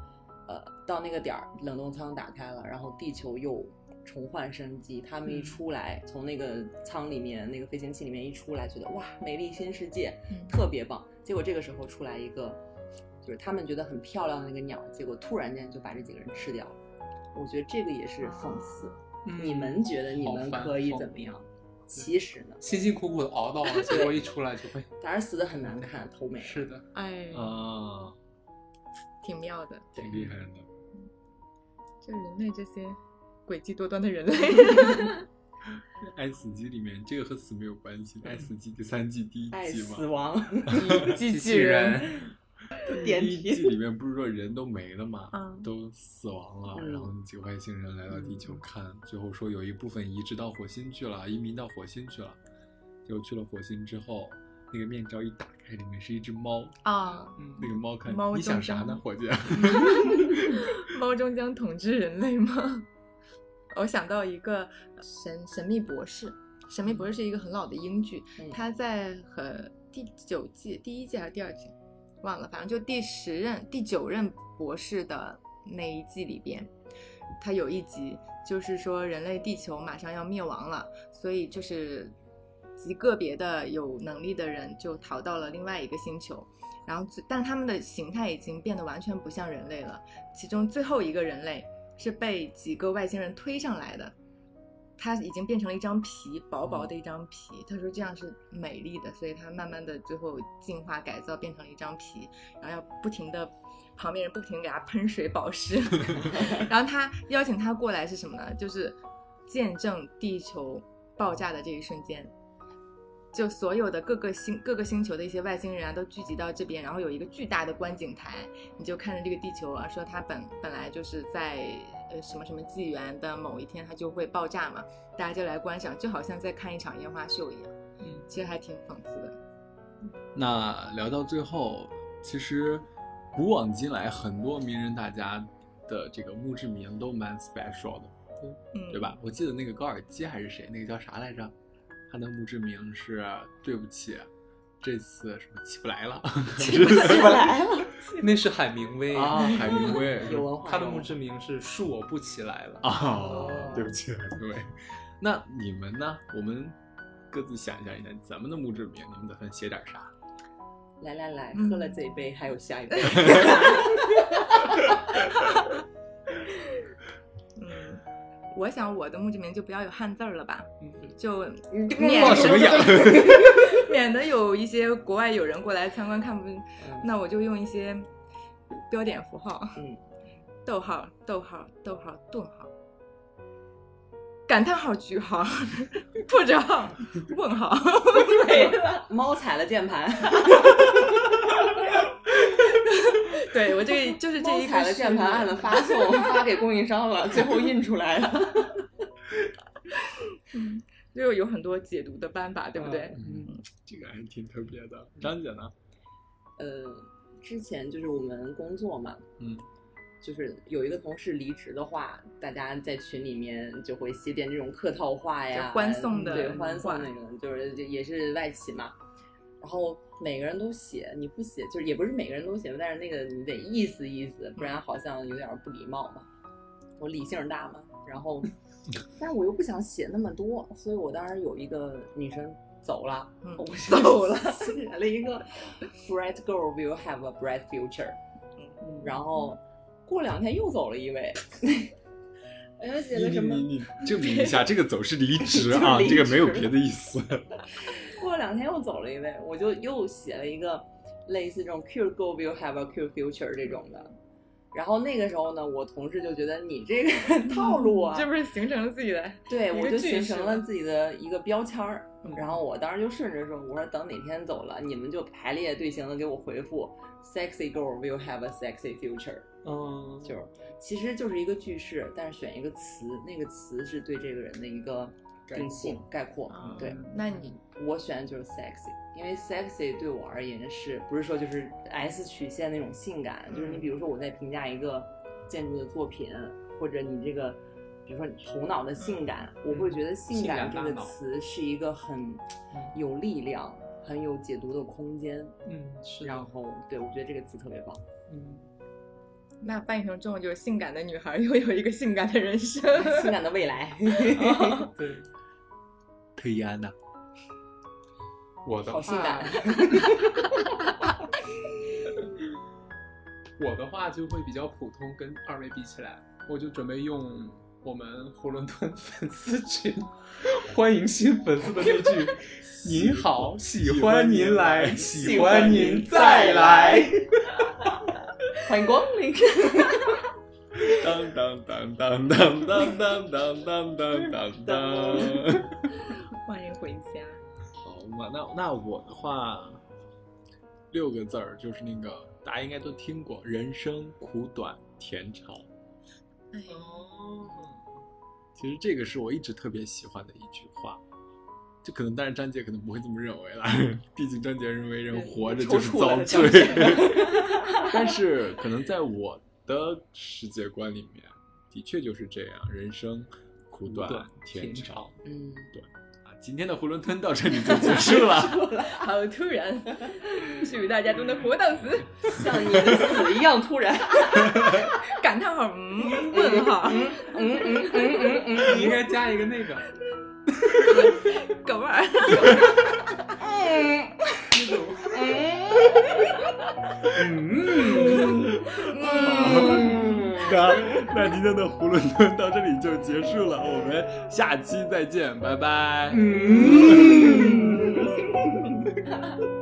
[SPEAKER 2] 呃到那个点儿冷冻舱打开了，然后地球又重焕生机。他们一
[SPEAKER 4] 嗯
[SPEAKER 2] 出来，从那个舱里面那个飞行器里面一出来，觉得哇美丽新世界，
[SPEAKER 5] 嗯
[SPEAKER 2] 特别棒。结果这个时候出来一个，就是他们觉得很漂亮的那个鸟，结果突然间就把这几个人吃掉了。我觉得这个也是讽刺，
[SPEAKER 4] 嗯
[SPEAKER 2] 你们觉得你
[SPEAKER 4] 好
[SPEAKER 2] 们
[SPEAKER 4] 反
[SPEAKER 2] 可以
[SPEAKER 4] 讽
[SPEAKER 2] 怎么样？其实呢，
[SPEAKER 4] 辛辛苦苦的熬到了，结果一出来就会
[SPEAKER 2] 反而死的很难看，头没了。
[SPEAKER 4] 是的，
[SPEAKER 5] 哎，
[SPEAKER 1] 啊，
[SPEAKER 5] 挺妙的。对
[SPEAKER 1] 挺，厉害的。
[SPEAKER 5] 就人类这些诡计多端的人类，
[SPEAKER 1] 爱死机里面这个和死没有关系，
[SPEAKER 5] 嗯
[SPEAKER 1] 爱死机第三季第一
[SPEAKER 2] 爱
[SPEAKER 1] 季嘛，
[SPEAKER 2] 死亡，
[SPEAKER 5] 机
[SPEAKER 4] 器人，
[SPEAKER 5] 点
[SPEAKER 1] 第一
[SPEAKER 5] 题
[SPEAKER 1] 季里面不是说人都没了嘛，
[SPEAKER 5] 嗯
[SPEAKER 1] 都死亡了，
[SPEAKER 2] 嗯
[SPEAKER 1] 然后几个外星人来到地球看，最后说有一部分移植到火星去了，移民到火星去了，结果去了火星之后，那个面罩一打开，里面是一只猫，
[SPEAKER 5] 啊，
[SPEAKER 4] 嗯，
[SPEAKER 1] 那个猫看
[SPEAKER 5] 猫
[SPEAKER 1] 你想
[SPEAKER 5] 中
[SPEAKER 1] 啥
[SPEAKER 5] 枪
[SPEAKER 1] 呢，伙计？
[SPEAKER 5] 猫终将统治人类吗？我想到一个神神秘博士，神秘博士是一个很老的英剧，
[SPEAKER 2] 嗯
[SPEAKER 5] 他在和第九季第一季还是第二季，忘了，反正就第十任第九任博士的那一季里边，他有一集就是说人类地球马上要灭亡了，所以就是极个别的有能力的人就逃到了另外一个星球。然后最，但他们的形态已经变得完全不像人类了。其中最后一个人类是被几个外星人推上来的，他已经变成了一张皮，薄薄的一张皮。他说这样是美丽的，所以他慢慢的最后进化改造变成了一张皮，然后要不停的。旁边人不停地给他喷水保湿，然后他邀请他过来是什么呢？就是见证地球爆炸的这一瞬间，就所有的各个星各个星球的一些外星人啊，都聚集到这边，然后有一个巨大的观景台，你就看着这个地球啊，说它本本来就是在呃什么什么纪元的某一天它就会爆炸嘛，大家就来观赏，就好像在看一场烟花秀一样，
[SPEAKER 4] 嗯
[SPEAKER 5] 其实还挺讽刺的。
[SPEAKER 1] 那聊到最后，其实古往今来很多名人大家的这个墓志铭都蛮 special 的，
[SPEAKER 5] 嗯，
[SPEAKER 1] 对？吧？我记得那个高尔基还是谁，那个叫啥来着？他的墓志铭是对不起，这次什么起不来了，起不
[SPEAKER 2] 起不 来了，哦
[SPEAKER 4] 那是海明威
[SPEAKER 1] 啊，海明威
[SPEAKER 2] 有文化。
[SPEAKER 4] 他的墓志铭是恕我不起来了。
[SPEAKER 1] 啊，对不起，海明威。那你们呢？我们各自想象一下，咱们的墓志铭，你们打算写点啥？
[SPEAKER 2] 来来来，
[SPEAKER 5] 嗯
[SPEAKER 2] 喝了这一杯，还有下一 杯。
[SPEAKER 5] 嗯，我想我的墓志铭就不要有汉字儿了吧，
[SPEAKER 4] 嗯
[SPEAKER 5] 就
[SPEAKER 2] 面
[SPEAKER 1] 放什 么样？
[SPEAKER 5] 免得有一些国外友人过来参观看不，那我就用一些标点符号，
[SPEAKER 2] 嗯，
[SPEAKER 5] 逗号、逗号、逗号、顿号、感叹号、句号、破折号、问号，
[SPEAKER 2] 没嗯了，猫踩了键盘，
[SPEAKER 5] 对 我这个就是这
[SPEAKER 2] 猫
[SPEAKER 5] 一
[SPEAKER 2] 踩
[SPEAKER 5] 个
[SPEAKER 2] 了键盘，按了发送，发给供应商了，最后印出来了。
[SPEAKER 5] 就有很多解读的办法，对不对？
[SPEAKER 1] 嗯，这个还挺特别的。张姐呢？
[SPEAKER 2] 呃，之前就是我们工作嘛，
[SPEAKER 1] 嗯，
[SPEAKER 2] 就是有一个同事离职的话，大家在群里面就会写点这种客套话呀，嗯
[SPEAKER 5] 就欢送的
[SPEAKER 2] 对欢送
[SPEAKER 5] 话
[SPEAKER 2] 那种，就是这也是外企嘛。然后每个人都写，你不写就是也不是每个人都写，但是那个你得意思意思，不
[SPEAKER 5] 嗯
[SPEAKER 2] 然好像有点不礼貌嘛。我理性大嘛，然后，但是我又不想写那么多，所以我当时有一个女生走了，
[SPEAKER 5] 嗯
[SPEAKER 2] 我
[SPEAKER 5] 走 了
[SPEAKER 2] 写了一个 “Bright girl will have a bright future”，嗯然后过两天又走了一位，然后写
[SPEAKER 1] 你
[SPEAKER 2] 的
[SPEAKER 1] 你
[SPEAKER 2] 什么？
[SPEAKER 1] 你你证明一下，这个走是离职啊，
[SPEAKER 2] 就是离
[SPEAKER 1] 这
[SPEAKER 2] 职
[SPEAKER 1] 个没有别的意思。
[SPEAKER 2] 过两天又走了一位，我就又写了一个类似这种 “Cute girl will have a cute future” 这种的。然后那个时候呢，我同事就觉得你这个套路啊，
[SPEAKER 5] 嗯这不是形成了 自己的
[SPEAKER 2] 对，
[SPEAKER 5] 一
[SPEAKER 2] 我
[SPEAKER 5] 个
[SPEAKER 2] 就
[SPEAKER 5] 句
[SPEAKER 2] 形
[SPEAKER 5] 式
[SPEAKER 2] 成
[SPEAKER 5] 了
[SPEAKER 2] 了自己的一个标签儿
[SPEAKER 5] 嗯。
[SPEAKER 2] 然后我当时就顺着说，我说等哪天走了，你们就排列队形的给我回复，sexy girl will have a sexy future，
[SPEAKER 4] 嗯，
[SPEAKER 2] 哦就是其实就是一个句式，但是选一个词，那个词是对这个人的一个定性概括。
[SPEAKER 5] 啊
[SPEAKER 2] 嗯对，
[SPEAKER 5] 那你
[SPEAKER 2] 我选的就是 sexy，因为 sexy 对我而言是不是说就是 S 曲线那种性感？就是你
[SPEAKER 5] 嗯
[SPEAKER 2] 比如说我在评价一个建筑的作品，或者你这个，比如说你头脑的性感，我会觉得性感
[SPEAKER 4] 嗯性感
[SPEAKER 2] 这
[SPEAKER 4] 大
[SPEAKER 2] 个
[SPEAKER 4] 脑
[SPEAKER 2] 词是一个很有力量、很有解读的空间。
[SPEAKER 4] 嗯，是
[SPEAKER 2] 然
[SPEAKER 4] 的，
[SPEAKER 2] 后，对我觉得这个词特别棒。
[SPEAKER 4] 嗯，
[SPEAKER 5] 那翻译成中文就是性感的女孩拥有一个性感的人生。
[SPEAKER 2] 性感的未 来，
[SPEAKER 4] 对，
[SPEAKER 1] 佩安娜，
[SPEAKER 4] 我的
[SPEAKER 2] 好性
[SPEAKER 4] 话
[SPEAKER 2] 感，啊
[SPEAKER 4] 我的话就会比较普通，跟二位比起来，我就准备用我们囫囵吞粉丝群欢迎新粉丝的那句 “您好，喜 欢您来，喜欢您再来”，
[SPEAKER 2] 欢迎光临。
[SPEAKER 1] 当当当当当当当当当当当当。
[SPEAKER 5] 欢迎回家。
[SPEAKER 1] 好嘛，那那我的话，六个字儿就是那个大家应该都听过“人生苦短，甜长”。
[SPEAKER 5] 哎，
[SPEAKER 1] 其实这个是我一直特别喜欢的一句话。就可能，但是张姐可能不会这么认为啦， 毕竟张姐认为人活着就是
[SPEAKER 2] 抽搐了
[SPEAKER 1] 遭
[SPEAKER 2] 的
[SPEAKER 1] 罪
[SPEAKER 2] 张。
[SPEAKER 1] 但是可能在我的世界观里面，的确就是这样，人生苦短
[SPEAKER 4] 短
[SPEAKER 1] 甜
[SPEAKER 4] 甜
[SPEAKER 1] 长
[SPEAKER 4] 长。
[SPEAKER 2] 嗯，
[SPEAKER 1] 啊，今天的囫囵吞到这里就结束 了。
[SPEAKER 5] 好突然，祝大家都能活到死！
[SPEAKER 2] 像你的死一样突然。
[SPEAKER 5] 感叹号， 嗯，问号，
[SPEAKER 2] 嗯嗯嗯嗯
[SPEAKER 4] 你应该加一个那个
[SPEAKER 5] 狗儿。Eh.
[SPEAKER 2] 嗯
[SPEAKER 5] Hmm.
[SPEAKER 4] 嗯，
[SPEAKER 2] 嗯
[SPEAKER 1] 那那今天的囫囵吞到这里就结束了，我们下期再见，拜拜。
[SPEAKER 4] 嗯。
[SPEAKER 2] 嗯。